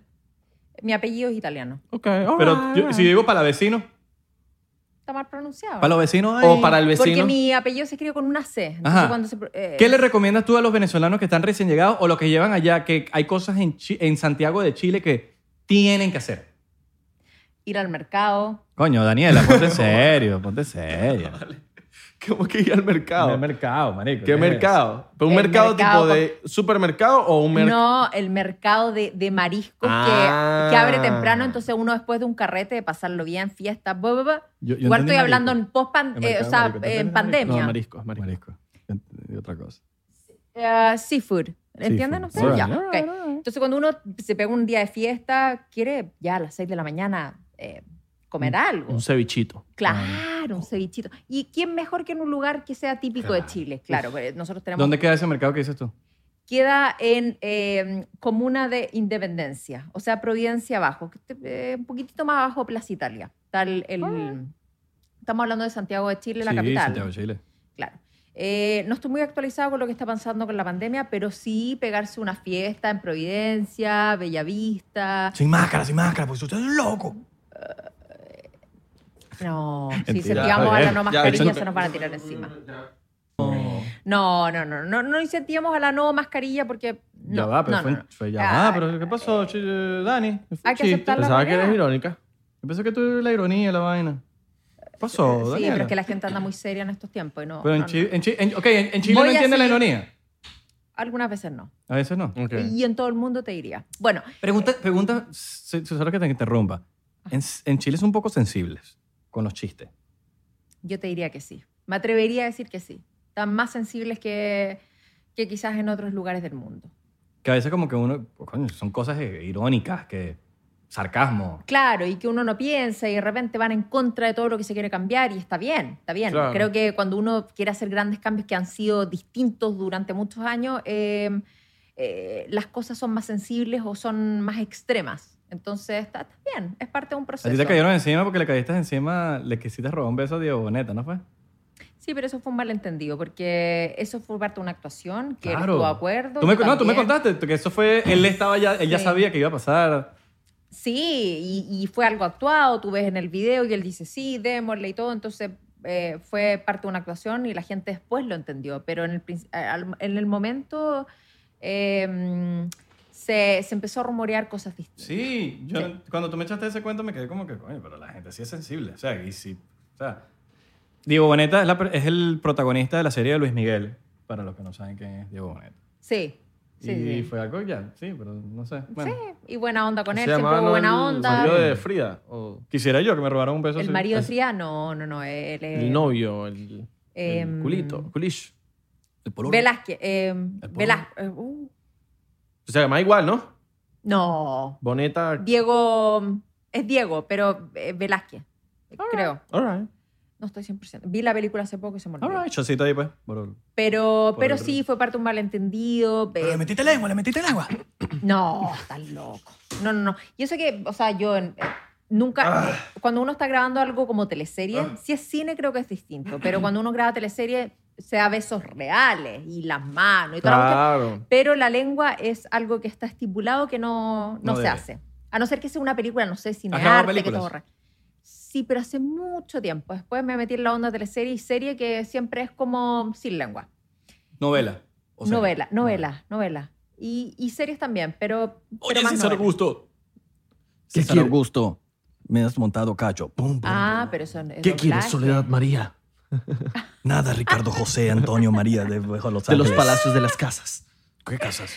B: Mi apellido es italiano.
C: Ok,
A: Pero yo- si digo palavecino,
B: Está mal pronunciado.
A: palavecino... ay.
C: O para el
B: Porque
C: vecino.
B: mi apellido se escribe con una C. entonces
A: Ajá.
B: cuando se pro- eh,
A: ¿Qué le recomiendas tú a los venezolanos que están recién llegados o los que llevan allá que hay cosas en, Chi- en Santiago de Chile que tienen que hacer?
B: ir al mercado.
A: Coño, Daniela, ponte serio, ponte serio.
C: ¿Cómo que ir al mercado?
A: El mercado, marico.
C: ¿Qué
A: es?
C: mercado? ¿Pero ¿Un
B: El
C: mercado,
B: mercado
C: tipo de supermercado o un mercado?
B: No, el mercado de, de mariscos que-
C: Ah.
B: que, abre temprano, entonces uno después de un carrete, de pasarlo bien, fiesta, bla, bla, bla.
A: Yo- yo
B: Igual
A: entendí
B: estoy hablando
A: marisco.
B: en post eh,
A: El mercado de marisco.
B: o sea,
A: ¿Tú
B: en
A: entiendes
B: pandemia.
C: marisco, es marisco.
A: Marisco. Y otra cosa.
B: Eh, seafood. ¿Entienden
A: Seafood.
B: ustedes? Ya,
A: Alright,
B: ok. Entonces, cuando uno se pega un día de fiesta, quiere ya a las 6 de la mañana eh, comer algo.
C: Un cevichito.
B: Claro, un cevichito. ¿Y quién mejor que en un lugar que sea típico de Chile? Claro, porque nosotros tenemos...
A: ¿Dónde queda ese mercado que dices tú?
B: Queda en eh, Comuna de Independencia, o sea, Providencia Abajo, que te- eh, un poquitito más abajo Plaza Italia. Tal el, Estamos hablando de Santiago de Chile, la
A: sí,
B: capital.
A: Santiago de Chile.
B: Claro. Eh, no estoy muy actualizado con lo que está pasando con la pandemia, pero sí pegarse una fiesta en Providencia, Bellavista.
A: Sin máscara, sin máscara, porque usted es loco.
B: Eh, No, si
A: Mentira. eh.
B: incentivamos a la no
C: Ya,
B: mascarilla,
C: ya.
B: se nos van a tirar encima. No, no, no, no, no incentivamos a la no mascarilla porque. No,
A: ya va, pero
B: no,
A: fue,
B: no, no.
A: fue- ya
B: Ah,
A: va, pero ¿qué pasó, chi- eh, Dani? Fue un
B: Hay que
A: chiste.
B: aceptar la
C: Pensaba que
B: realidad.
C: eres irónica.
A: Yo pensé que tú eres la ironía, la vaina. ¿Qué pasó,
B: Sí,
A: Daniela?
B: pero es que la gente anda muy seria en estos tiempos y no.
A: Pero en,
B: no,
A: Chi-
B: no.
A: en Chi- en- ok, en, en Chile
B: Voy
A: no entienden la
B: así.
A: ironía.
B: Algunas veces no.
A: A veces no.
C: Ok.
B: Y en todo el mundo te diría. Bueno,
A: Pregunta, pregunta, si- si- solo que te interrumpa. En, en Chile son un poco sensibles con los chistes.
B: yo te diría que sí. Me atrevería a decir que sí. Están más sensibles que, que quizás en otros lugares del mundo.
A: Que a veces como que uno, pues, coño, son cosas eh, irónicas, que sarcasmo.
B: Claro, y que uno no piensa y de repente van en contra de todo lo que se quiere cambiar y está bien, está bien.
C: Claro.
B: Creo que cuando uno quiere hacer grandes cambios que han sido distintos durante muchos años, eh, eh, las cosas son más sensibles o son más extremas. Entonces, está, está bien, es parte de un
A: A
B: proceso.
A: ti te cayeron encima porque le caíste encima, le quisiste robar un beso a Diego Boneta, ¿no fue?
B: Sí, pero eso fue un malentendido, porque eso fue parte de una actuación que
A: Claro.
B: estuvo de acuerdo.
A: Tú me,
B: yo
A: no, tú me
B: también.
A: contaste que eso fue, él estaba ya, él ya
B: Sí.
A: sabía que iba a pasar.
B: Sí, y, y fue algo actuado, tú ves en el video y él dice, sí, démosle y todo, entonces eh, fue parte de una actuación y la gente después lo entendió, pero en el, princ- al- en el momento eh, se, se empezó a rumorear cosas distintas.
A: Sí, yo
B: Sí.
A: cuando tú me echaste ese cuento me quedé como que, coño, pero la gente sí es sensible. O sea, y sí, o sea, Diego Boneta es, la per- es el protagonista de la serie de Luis Miguel, para los que no saben quién es Diego Boneta.
B: Sí, sí,
A: y
B: sí.
A: fue algo ya, sí, pero no sé. Bueno,
B: Y buena onda con
C: Se
B: él, siempre
C: llamaba,
B: hubo
C: ¿no?
B: buena
C: el
B: onda.
C: marido de Frida. O
A: Quisiera yo que me robaran un beso.
B: El
A: así.
B: marido de
A: Así.
B: Frida, no, no, no, él es-
C: el novio, el, el
B: Eh, em,
C: culito, culish.
A: El pololo.
B: Velázquez, eh,
A: pololo.
B: Velázquez, eh, uh,
C: O sea, más igual, ¿no?
B: no,
C: Boneta.
B: Diego, es Diego, pero eh, Velázquez, creo.
C: All right.
B: No estoy 100%. Vi la película hace poco y se me olvidó.
A: All right, chocito ahí, pues. por-
B: Pero,
A: Por
B: pero
A: el-
B: sí, fue parte de un malentendido. eh,
A: metiste el agua, le metiste el agua.
B: No, estás loco. No, no, no. Y eso que, o sea, yo en- eh, nunca... Cuando uno está grabando algo como teleserie, si es cine creo que es distinto, pero cuando uno graba teleserie se da besos reales y las manos y toda la cuestión.
C: Claro.
B: Pero la lengua es algo que está estipulado que no, no
A: No
B: se
A: debe.
B: hace. A no ser que sea una película, no sé,
A: grabado
B: cinearte, que te
A: películas?
B: borra. Sí, pero hace mucho tiempo. Después me metí en la onda teleserie y serie que siempre es como sin lengua.
A: Novela. o sea,
B: novela, novela, novela. Y, y series también, pero, pero más novela.
A: Augusto.
D: ¿Qué
A: César
D: quiere?
A: Augusto. Me has montado cacho. Pum, pum.
B: Ah, pero eso es
D: ¿Qué
B: doblaje.
D: quieres, Soledad María?
A: Nada, Ricardo José, Antonio María de Los
D: De los palacios de las casas.
A: ¿Qué casas?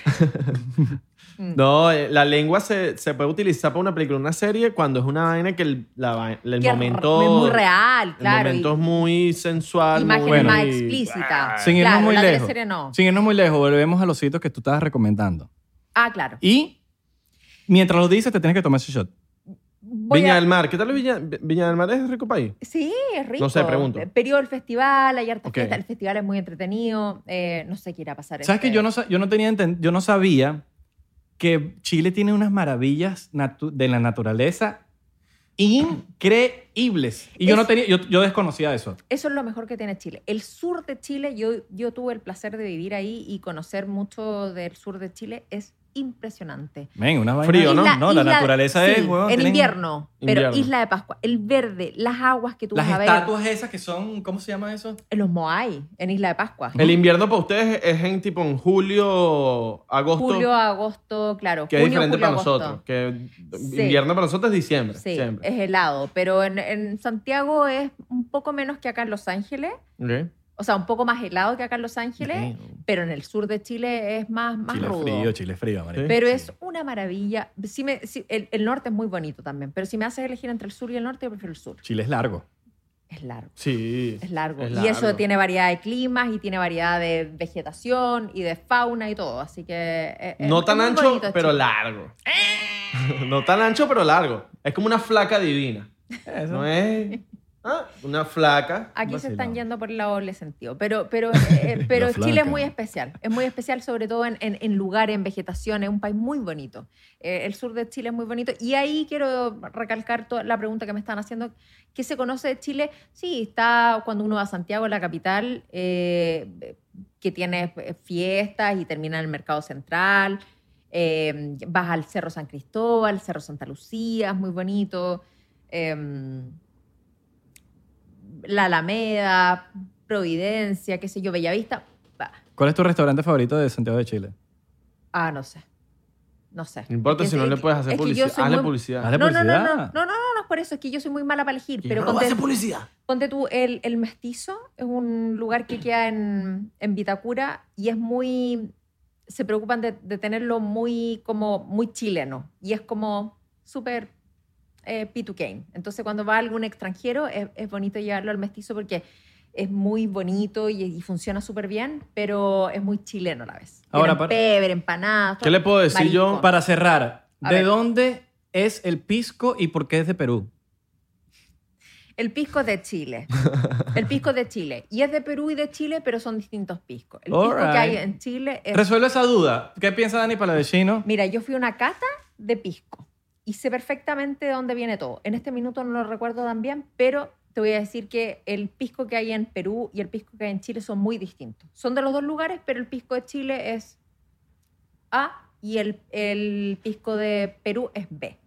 C: No, eh, la lengua se, se puede utilizar para una película, una serie, cuando es una vaina que el, la vai- el
B: Que es
C: momento.
B: muy real,
C: El
B: claro. y
C: momento es muy sensual.
B: imagen
C: muy,
A: bueno.
B: más
C: y-
B: explícita.
A: Sin irnos
B: Claro,
A: muy
B: la
A: lejos.
B: teleserie no.
A: Sin irnos muy lejos, volvemos a los sitios que tú estabas recomendando.
B: Ah, claro.
A: Y mientras lo dices, te tienes que tomar ese shot.
B: Voy
C: Viña
B: a-
C: del Mar. ¿Qué tal Viña, Viña del Mar? ¿Es rico país?
B: Sí, es rico.
C: No sé, pregunto.
B: Eh, Periodo del festival, hay hartas
C: Ok.
B: fiestas, el festival es muy entretenido. eh, no sé qué irá a pasar.
A: ¿Sabes
B: este-
A: que yo no, sa- yo no tenía enten- yo no sabía que Chile tiene unas maravillas natu- de la naturaleza increíbles. Y yo
B: Es-
A: no tenía yo, yo desconocía eso.
B: Eso es lo mejor que tiene Chile. El sur de Chile, yo, yo tuve el placer de vivir ahí y conocer mucho del sur de Chile, es impresionante.
A: Ven, una vaina.
C: Frío, ¿no?
B: Isla-
A: No, la
B: isla-
A: naturaleza
B: sí,
A: es, huevón,
B: En
A: tienen
B: invierno, pero
C: invierno.
B: Isla de Pascua, el verde, las aguas que tú
A: Las
B: vas a ver.
A: estatuas esas que son, ¿cómo se llama eso?
B: en Los Moai, en Isla de Pascua.
C: El invierno para ustedes es en tipo en julio, agosto.
B: Julio, agosto, claro.
C: que es
B: junio,
C: diferente
B: julio,
C: para
B: agosto.
C: nosotros. Que
B: Sí.
C: invierno para nosotros es diciembre.
B: Sí,
C: siempre.
B: es helado, pero en, en Santiago es un poco menos que acá en Los Ángeles,
C: Ok.
B: O sea, un poco más helado que acá en Los Ángeles, pero en el sur de Chile es más, más
A: Chile
B: rudo.
A: frío, Chile frío, marico.
C: Sí.
B: Pero es una maravilla. Si me, si- el, el norte es muy bonito también, pero si me haces elegir entre el sur y el norte, yo prefiero el sur.
A: Chile es largo.
B: Es largo.
C: Sí.
B: Es largo.
C: Es
B: Y eso
C: largo.
B: tiene variedad de climas y tiene variedad de vegetación y de fauna y todo. Así que. eh, eh,
C: No
B: es
C: tan
B: muy
C: ancho,
B: bonito,
C: pero
B: Chile.
C: largo. No tan ancho, pero largo. Es como una flaca divina. No es ah, una flaca.
B: Aquí se
A: Vacilado.
B: están yendo por el lado doble sentido. Pero, pero, eh, pero
A: La
B: Chile
A: flaca.
B: es muy especial. Es muy especial, sobre todo en, en- en lugares, en vegetación. Es un país muy bonito. Eh, el sur de Chile es muy bonito. Y ahí quiero recalcar toda la pregunta que me están haciendo. ¿Qué se conoce de Chile? Sí, está cuando uno va a Santiago, la capital, eh, que tiene eh, fiestas y termina en el mercado central. Eh, vas al Cerro San Cristóbal, Cerro Santa Lucía, es muy bonito. Em, la Alameda, Providencia, qué sé yo, Bellavista. Pa-
A: ¿Cuál es tu restaurante favorito de Santiago de Chile?
B: Ah, no sé. No sé.
C: No importa
B: Es que-
C: si no
B: es
C: le
B: que-
C: puedes hacer
B: es que yo
C: publicidad.
B: soy
C: Hazle
B: muy-
C: publicidad.
A: Hazle
B: No, no, no, no, no,
A: publicidad.
B: no, no, no, es por eso, es que yo soy muy mala para elegir.
D: Y
B: Pero
D: no va a
B: ponte,
D: hacer publicidad.
B: ponte tú, el, el Mestizo es un lugar que queda en, en Vitacura y es muy. Se preocupan de, de tenerlo muy, como, muy chileno. Y es como súper eh, pituquén. Entonces, cuando va algún extranjero, es, es bonito llevarlo al mestizo porque es muy bonito y, y funciona súper bien, pero es muy chileno a la vez.
A: Ahora,
B: Tienen
A: para-
B: pebre, empanadas.
C: ¿Qué le puedo decir yo?
A: Para cerrar,
B: A
A: ¿de
B: ver.
A: dónde es el pisco y por qué es de Perú?
B: El pisco de Chile. El pisco de Chile. Y es de Perú y de Chile, pero son distintos piscos. El pisco
A: Alright.
B: que hay en Chile es...
A: Resuelve esa duda. ¿Qué piensa Dani Palavecino?
B: Mira, yo fui a una cata de pisco y sé perfectamente de dónde viene todo. En este minuto no lo recuerdo tan bien, pero te voy a decir que el pisco que hay en Perú y el pisco que hay en Chile son muy distintos. Son de los dos lugares, pero el pisco de Chile es A y el, el pisco de Perú es B.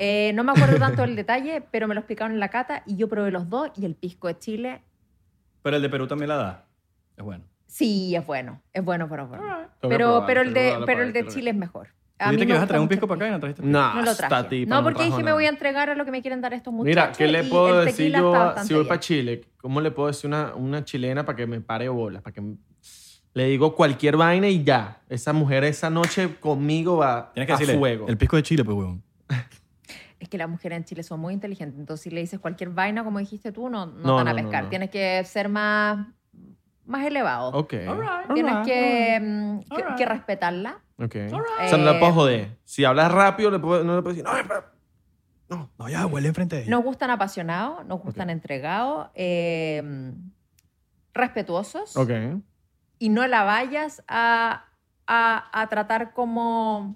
B: Eh, no me acuerdo tanto del detalle, pero me lo explicaron en la cata y yo probé los dos y el pisco de Chile
A: Pero el de Perú también la da. Es bueno.
B: Sí, es bueno, es bueno, pero bueno.
C: que
B: Pero,
C: probarlo,
B: pero el
C: tengo que
B: de, pero
C: probarlo para
B: el
C: ver
B: de
C: qué tal.
B: Chile es mejor. A mí
A: Dijiste
B: me
A: que ibas a
B: gusta
A: traer un
B: mucho
A: pisco
B: el
A: para acá y no trajiste.
C: No, pues,
B: No lo traje. no, porque dije me voy a entregar a lo que me quieren dar estos muchachos.
C: Mira, ¿qué le
B: y
C: puedo
B: el
C: decir
B: tequila
C: yo
B: está
C: a-
B: bastante
C: si voy
B: bien.
C: para Chile? ¿Cómo le puedo decir una, una chilena para que me pare bolas? Para que me- le digo cualquier vaina y ya. Esa mujer esa noche conmigo va
A: Tienes que
C: a
A: decirle,
C: fuego.
A: el pisco de Chile, pues, weón.
B: Es que las mujeres en Chile son muy inteligentes, entonces si le dices cualquier vaina, como dijiste tú, no, no,
C: No,
B: te van a
C: no, no,
B: pescar.
C: no.
B: Tienes que ser más, más elevado.
C: Ok.
B: Tienes
C: alright,
B: que, mm, que,
E: alright.
B: que respetarla.
C: Ok. O sea, no la
B: Eh,
C: puedo joder. Si hablas rápido, le puedo- no le puedo decir, no, espera.
D: No, ya huele enfrente de
B: Nos gustan apasionados, nos gustan entregados, eh, mm, respetuosos.
C: Ok.
B: y no la vayas a, a- a tratar como,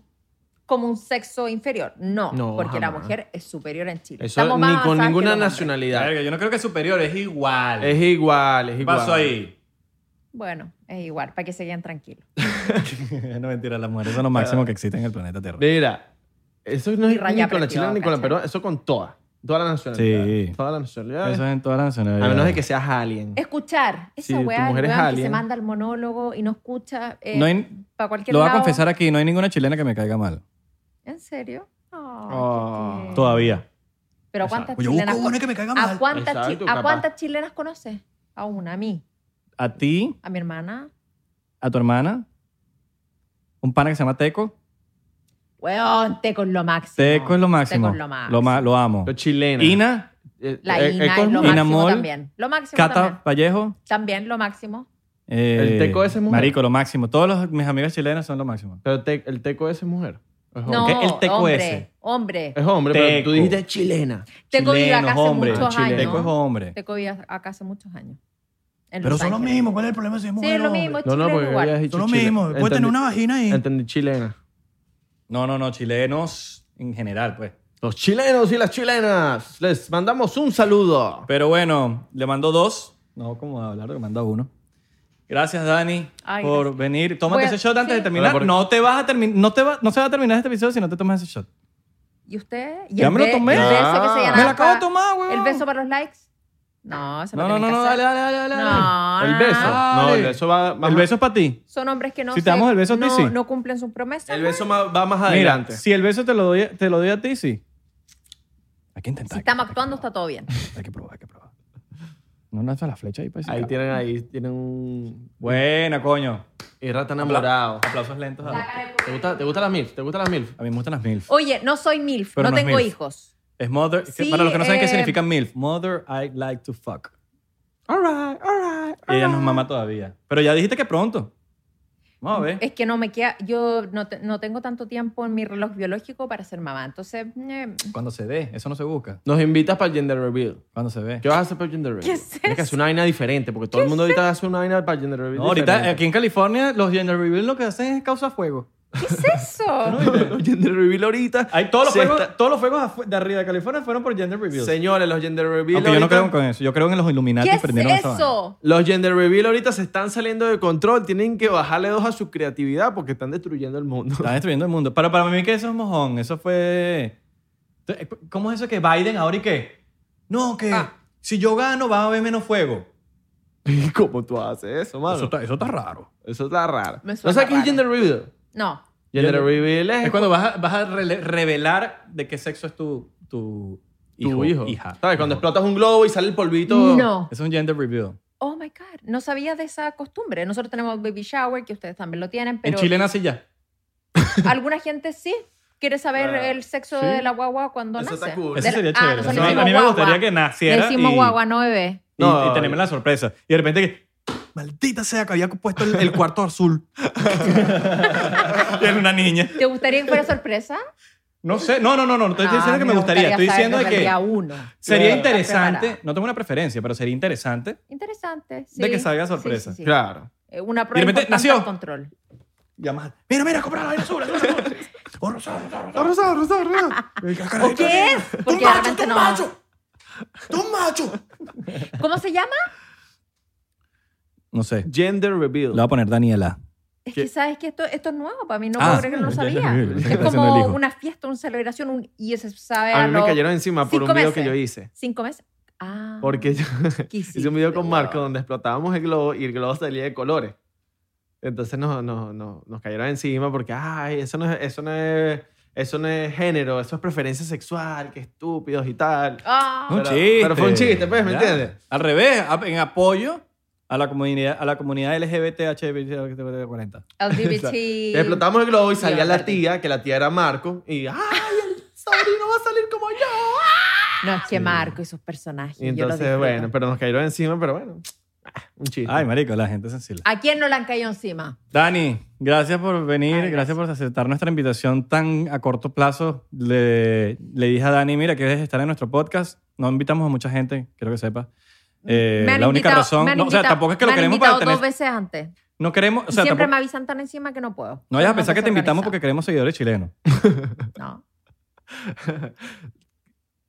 B: como un sexo inferior. No,
C: No,
B: porque la
C: jamás.
B: mujer es superior en Chile.
C: Eso
B: Estamos
C: ni
B: más
C: con
B: avanzadas que
C: ninguna
B: los hombres.
C: nacionalidad.
A: Verga, yo no creo que es superior, es igual.
C: Es igual, es
A: ¿Qué
C: igual.
A: pasó ahí?
B: Bueno, es igual, para que se queden tranquilos.
A: no mentira, las mujeres son lo máximo que existe en el planeta Tierra.
C: Mira, eso no
B: Y
C: es ni
B: raya
C: con la chilena ni con la
B: preciosa,
C: peruana, eso con todas. Toda la nacionalidad.
A: Sí.
C: Toda la nacionalidad.
A: Eso es en todas las
C: A
A: nacionalidades.
C: menos de que seas alien.
B: Escuchar. Esa
C: Sí, tu
B: weá, el
C: mujer es
B: weón que se
C: alien.
B: manda al monólogo y no escucha eh,
A: No hay-
B: para cualquier
A: Lo voy a
B: lado.
A: confesar aquí, no hay ninguna chilena que me caiga mal.
B: ¿En serio? Ah,
C: Ah,
B: qué tierno.
A: Todavía.
B: Pero
C: Exacto.
B: ¿cuántas chilenas,
D: uno que me caiga
B: ¿a, cuántas chi-
C: Exacto,
B: ¿a
C: capaz.
B: cuántas chilenas conoces? A una, a mí,
A: A ti,
B: a mi hermana.
A: a tu hermana, un pana que se llama Teco.
B: Weón, Teco es lo máximo.
A: Teco es lo máximo.
B: Teco es lo máximo.
A: Lo, ma- lo amo.
C: Lo chileno.
A: Ina,
C: Eh,
B: La
C: eh,
B: Ina
C: eco
B: es lo
C: muy-
A: Ina
B: máximo
A: Mol,
B: también. Lo máximo
A: Cata
B: también.
A: Vallejo.
B: También lo máximo.
A: eh,
C: El Teco ese es mujer.
A: Marico, lo máximo. Todos los- mis amigas chilenas son lo máximo.
C: Pero te- el teco ese es mujer. Es hombre.
B: No,
A: ¿Qué? El teco
B: hombre,
A: ese.
B: hombre.
C: Es hombre, pero
A: Teco.
C: tú dijiste chilena.
B: Teco vive acá
A: Chilenos,
B: hace
A: hombre.
B: muchos
C: Ah,
B: años.
C: chileno.
A: Teco es hombre.
B: Teco vive acá hace muchos años. En
D: Pero
B: Los
D: son los
B: Ángeles.
A: pues,
D: mismos. ¿Cuál es el problema si es
B: Sí,
D: mujer
B: es
D: o
B: lo
D: hombre?
B: mismo. Es
C: No, no,
B: chileno
C: porque
B: igual.
C: habías dicho
D: Son los
C: chile-
D: mismos. Puede tener
C: Entendí-
D: una vagina ahí.
C: Entendí chilena.
A: No, no, no, chilenos en general, pues.
C: Los chilenos y las chilenas, les mandamos un saludo.
A: Pero bueno, le mando dos. No, como hablar, le mando uno. Gracias, Dani,
B: Ay,
A: por
B: gracias.
A: venir. Tómate
B: Voy a-
A: ese shot antes
B: sí.
A: de terminar.
C: Ahora, por-
A: No te vas a terminar, no, te va- no se va a terminar este episodio si no te tomas ese shot.
B: ¿Y usted? ¿Y
A: Ya
B: el
A: me lo
B: be-
A: tomé.
B: El beso que se
C: Ah.
B: llama
A: Me la acabo de
B: pa-
A: tomar, weón.
B: ¿El beso para los likes? No, eso
A: No, no, no, no, dale, dale, dale, dale.
B: No,
C: El
B: no,
C: beso.
B: no.
C: No, Ah, el beso va, va
A: El
C: más-
A: beso es para ti.
B: Son hombres que no,
A: Si te damos el beso a ti,
B: no,
A: sí.
B: no cumplen sus promesas.
C: el
B: ¿no?
C: beso ma- va más
A: Mira,
C: adelante.
A: si el beso te lo doy, te lo doy a ti, sí. Hay que intentar.
B: Si estamos actuando, está todo bien.
A: Hay que probar, hay que probar. No lanza la flecha ahí para
C: Ahí tienen, ahí tienen un...
A: Buena, coño.
C: Irra tan enamorado.
A: Aplausos lentos. A, a
C: ¿Te gusta, ¿Te gusta las MILF? ¿Te gusta las MILF?
A: mí me gustan las MILF.
B: Oye, no soy MILF,
A: Pero
B: no
A: no es
B: tengo
A: MILF.
B: hijos.
A: Es mother. que-
B: Sí,
A: para los que no saben qué
B: eh,
A: significa MILF. Mother, I like to fuck.
C: All right, all right.
A: Y ella nos mama todavía. Pero ya dijiste que pronto. Vamos a ver.
B: Es que no me queda, yo no, te- no tengo tanto tiempo en mi reloj biológico para ser mamá. Entonces, eh,
A: Cuando se dé. Eso no se busca.
C: Nos invitas para el gender reveal.
A: Cuando se ve.
C: ¿Qué vas a hacer para el gender reveal?
B: ¿Qué es
C: Tienes que hacer una vaina diferente, porque todo el mundo ahorita hace una vaina para el gender reveal
A: No, ahorita
C: diferente.
A: aquí en California los gender reveal lo que hacen es causar fuego.
B: ¿qué es eso?
C: los gender reveal ahorita.
A: Hay todos los
C: se
A: fuegos,
C: está-
A: todos los fuegos afu- de arriba de California fueron por gender reveal.
C: Señores, los gender reveal
A: Aunque yo no
C: ahorita-
A: creo en eso. Yo creo en los Illuminati
B: ¿Qué es
A: prendieron esa vaina.
B: eso?
C: Los gender reveal ahorita se están saliendo de control. Tienen que bajarle dos a su creatividad porque están destruyendo el mundo.
A: Están destruyendo el mundo. Pero para mí que eso es mojón. Eso fue... eh, ¿Cómo es eso que Biden ahora y qué? No, que
C: Ah.
A: si yo gano va a haber menos fuego.
C: ¿Y ¿Cómo tú haces eso, mano?
A: Eso está, eso está raro.
C: Eso está raro.
B: Me
C: ¿No
B: suena
C: sabes qué es
B: raro.
C: gender reveal?
B: No.
C: Gender
A: Gender-
C: reveal es,
A: Es cuando vas a, vas a rele- revelar de qué sexo es tu, tu
C: tu
A: hijo,
C: hijo.
A: hija.
C: ¿Sabes? Cuando explotas un globo y sale el polvito.
B: No.
A: Es un gender reveal.
B: Oh my God. No sabía de esa costumbre. Nosotros tenemos baby shower, que ustedes también lo tienen,
A: En
B: pero
A: Chile nace ya.
B: alguna gente sí quiere saber
C: Ah,
B: el sexo
A: sí.
B: de la guagua cuando
C: Eso está
B: nace.
C: cool.
B: De
A: Eso
B: la-
A: sería
B: ah,
A: chévere. Eso-
B: nosotros le
A: a mí
B: decimos
A: me gustaría
B: guagua.
A: que
B: Le
A: naciera
B: decimos
A: y,
B: guagua, no bebé.
A: y-
C: No.
A: y tenerme la sorpresa. Y de repente que, maldita sea que había puesto el, el cuarto azul. y "Ah, era una niña.
B: ¿Te gustaría que fuera sorpresa?
A: No sé, no, no, no, no, no estoy
B: No,
A: diciendo
B: a
A: que
B: mí
A: me gustaría. Estoy
B: saber
A: diciendo de
B: desde el
A: que
B: día uno.
A: sería
B: Claro.
A: interesante,
B: Preparada.
A: no tengo una preferencia, pero sería interesante.
B: Interesante. Sí.
A: De que salga
B: Sí,
A: sorpresa.
B: sí, sí.
C: Claro.
B: Eh, Una
A: Y de
B: prueba
A: repente,
B: importante
A: nació.
B: al control.
A: Llamar, mira, mira, compra la vaina azul. la vaina azul. Oh, rosado, rosado, rosado.
C: Rosa, rosa, rosa.
B: ¿O qué es? Porque de repente no.
D: ¡Tú macho!
B: ¿Cómo se llama?
A: No sé, le
C: Gender
A: voy
C: reveal.
A: a poner Daniela.
B: Es
C: ¿Qué?
B: que sabes que esto, esto es nuevo para mí, no
A: Ah,
B: puedo creer que no lo
A: ya, ya, ya,
B: sabía.
A: ya, ya, ya,
B: Es
A: ya, haciendo el
B: como
A: hijo.
B: una fiesta, una celebración, un, y se sabe
C: A
B: a
C: mí me
B: los
C: cayeron encima por un
B: cinco
C: video que
B: meses.
C: yo hice.
B: cinco meses. Ah.
C: Porque yo
B: ¿qué
C: hice un video
B: hiciste,
C: con Marco
B: weón?
C: donde explotábamos el globo y el globo salía de colores. Entonces nos, nos, nos, nos cayeron encima porque, ay, eso no, es, eso, no es, eso no es género, eso es preferencia sexual, qué estúpidos y tal.
B: Ah.
A: Un
C: Pero-
A: chiste.
C: pero fue un chiste, pues, ¿me
A: Ya.
C: entiendes?
A: Al revés, a- en apoyo a la comunidad, a la comunidad LGBT 40
B: LGBT.
C: Explotamos el globo y salía
B: Iba
C: la
B: verde.
C: tía, que la tía era Marco, y, ay, el sobrino va a salir como yo.
B: No, es que Marco y sus personajes.
C: Y
B: yo los
C: entonces,
B: disfruto.
C: bueno, pero nos cayeron encima, pero bueno, ah, un chiste.
A: Ay, marico, la gente es sensible.
B: ¿A quién no le han caído encima?
A: Dani, gracias por venir,
B: Ay,
A: gracias. por aceptar nuestra invitación tan a corto plazo. Le, le dije a Dani, mira, quieres estar en nuestro podcast. No invitamos a mucha gente, quiero que sepa. Eh,
B: Mm. Me han
A: la única
B: invitado- me
A: razón,
B: han
A: no, o sea,
B: invitado-
A: tampoco es que
B: me
A: lo
B: han
A: queremos para
B: invitado
A: tener,
B: dos veces antes.
A: no queremos, o sea,
B: y siempre
A: tampoco-
B: me avisan tan encima que no puedo.
A: no vayas a
B: Soy
A: pensar
B: una
A: que te invitamos porque
B: desorganizada.
A: queremos seguidores chilenos.
B: No.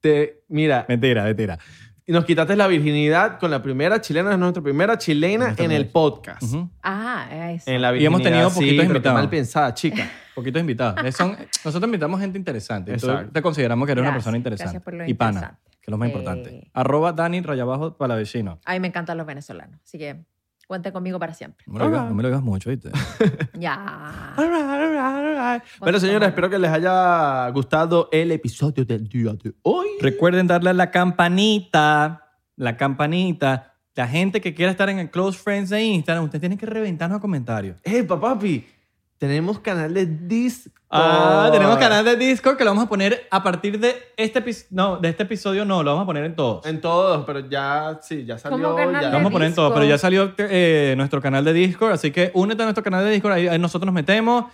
C: Te, mira,
A: Mentira, mentira.
C: y nos quitaste la virginidad con la primera chilena, es nuestra primera chilena
A: Nuestra
C: en el
A: primera.
C: podcast.
A: Ujú.
B: Ah, eso.
C: En la
A: Y hemos
C: virginidad,
A: tenido
C: sí,
A: poquitos
C: pero qué
A: invitados.
C: mal pensada, chica.
A: Poquitos invitados. Eh, son- nosotros invitamos gente interesante. y tú
C: Exacto.
A: te consideramos que eres una
B: Gracias,
A: persona
B: gracias
A: interesante.
B: por lo
A: y pana,
B: interesante.
A: que es lo más
B: Eh.
A: importante. Arroba Dani Rayabajo para vecino.
B: A mí me encantan los venezolanos. Así que cuenten conmigo para siempre.
A: No me, lo digas, no me lo digas mucho, ¿viste?
B: Ya.
C: All right, all right, all right. Bueno,
B: Cuánto
C: señores,
B: amor.
C: espero que les haya gustado el episodio del día de hoy.
A: Recuerden darle a la campanita. La campanita. La gente que quiera estar en el Close Friends de Instagram, ustedes tienen que reventarnos a comentarios.
C: Eh, papapi, tenemos canal de Discord.
A: Ah, tenemos canal de Discord que lo vamos a poner a partir de este episodio. No, de este episodio no, lo vamos a poner en todos.
C: En todos, pero ya, sí, ya salió.
B: ¿Cómo canal
C: ya.
A: Lo vamos a poner en todo,
B: Discord.
A: pero ya salió eh, nuestro canal de Discord, así que únete a nuestro canal de Discord, ahí, ahí nosotros nos metemos,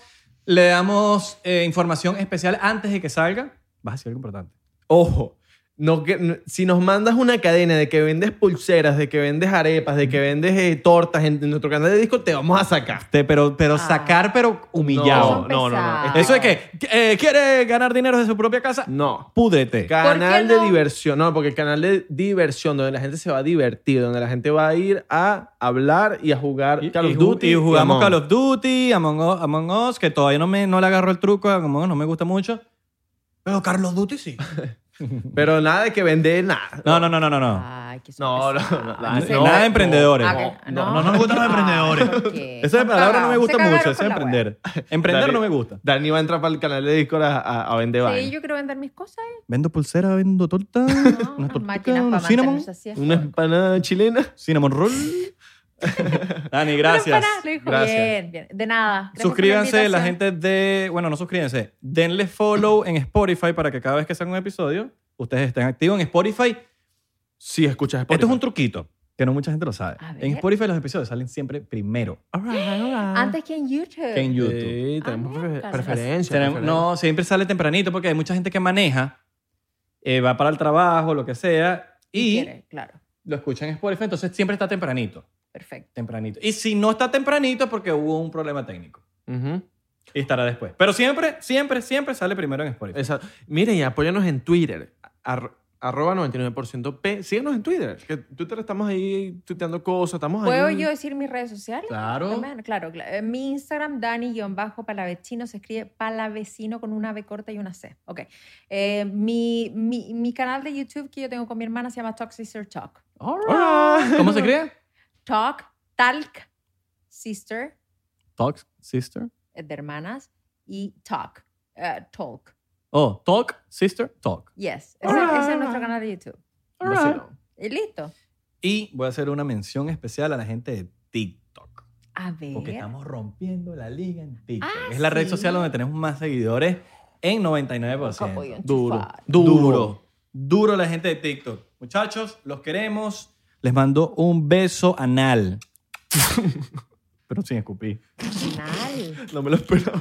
A: le damos eh, información especial antes de que salga. Vas a decir algo importante.
C: Ojo, no que- no- si nos mandas una cadena de que vendes pulseras, de que vendes arepas, de que vendes eh, tortas en, en nuestro canal de Discord, te vamos a sacar.
A: Te- pero pero
B: Ah.
A: sacar, pero humillado. Este
B: Son
C: No, no, no,
B: pesados.
C: no.
A: Eso de que eh, quiere ganar dinero de su propia casa,
C: No.
A: púdrete.
C: Canal
B: no?
C: de diversión. No, porque el canal de diversión, donde la gente se va a divertir, donde la gente va a ir a hablar y a jugar
A: Y,
C: Call
A: y
C: of
A: ju-
C: Duty.
A: y jugamos
C: Among
A: Call
C: Us.
A: of Duty, Among Us, Among Us, que todavía no, me, no le agarro el truco, a Among Us no me gusta mucho. Pero Carlos Duty sí.
C: Pero nada de que vender nada.
A: No, no, no, no, no. no.
B: Ay, qué
C: No, no,
B: sorpresa.
C: no,
B: Ah,
A: N-
B: se
A: nada
B: la-
A: de emprendedores.
B: Ah,
C: No,
B: no,
F: no, no nos gustan los
B: Ah,
F: emprendedores.
B: ¿por qué?
A: Esa
B: Se
A: palabra no me
B: cagaron,
A: gusta
B: se
A: mucho, eso
B: cagaron
A: de
B: con la
A: emprender. Emprender
C: Dale.
A: no me gusta.
C: Dani va a entrar para el canal de Discord a, a- a vender
B: hueá. Sí,
C: vaina.
B: yo quiero vender mis cosas. ¿eh?
A: Vendo pulsera, vendo torta,
B: No,
A: unas tortitas,
B: máquinas para
A: unos cinnamon,
B: mantenernos así.
C: Una empanada chilena.
A: cinnamon roll. Dani, gracias.
B: Pero para, lo dijo
C: Gracias.
B: bien, bien. De nada. Gracias por
A: Suscríbanse, la
B: invitación.
A: gente de. Bueno, no suscríbanse. Denle follow en Spotify para que cada vez que salga un episodio, ustedes estén activos en Spotify.
C: Sí, escuchas
A: Esto es un truquito que no mucha gente lo sabe.
B: A ver.
A: En Spotify los episodios salen siempre primero
B: Antes que en YouTube.
A: que en YouTube.
C: Sí, tenemos
B: Ah,
C: prefe-
B: mierda.
C: preferencia.
A: Tenemos-
C: preferencia.
A: no, siempre sale tempranito porque hay mucha gente que maneja, eh, va para el trabajo, lo que sea, y
B: Quiere, claro.
A: lo escucha en Spotify, entonces siempre está tempranito.
B: Perfecto.
A: Tempranito. Y si no está tempranito es porque hubo un problema técnico.
C: Ujú.
A: Y estará después. Pero siempre, siempre, siempre sale primero en Spotify.
C: Exacto. Miren y apóyanos en Twitter. Ar- arroba 99% P. Síguenos en Twitter. Que en Twitter estamos ahí tuiteando cosas. Estamos
B: ¿Puedo
C: ahí.
B: yo decir mis redes sociales?
A: Claro.
B: Bueno, Claro, claro. Eh, Mi Instagram, Dani-Palavecino, se escribe Palavecino con una B corta y una C. Ok. Eh, mi, mi, mi canal de YouTube que yo tengo con mi hermana se llama Talk Sister Talk.
A: Alright. ¿Cómo se escribe?
B: Talk, Talk, Sister,
A: Talk Sister.
B: eh, de hermanas, y Talk, eh, Talk.
A: Oh, Talk Sister Talk.
B: Yes. Ese, ese
A: ¡Ah!
B: es nuestro canal de YouTube.
C: Vacilón.
B: Y listo.
A: Y voy a hacer una mención especial a la gente de TikTok.
B: A ver.
A: Porque estamos rompiendo la liga en TikTok.
B: Ah,
A: es la red
B: sí.
A: social donde tenemos más seguidores en
B: Nunca
A: 99%.
B: podía
A: Duro,
B: enchufar.
A: duro. Duro. Duro la gente de TikTok. Muchachos, los queremos. Les mando un beso anal. Pero sin escupir.
B: Canal.
C: No me lo esperaba.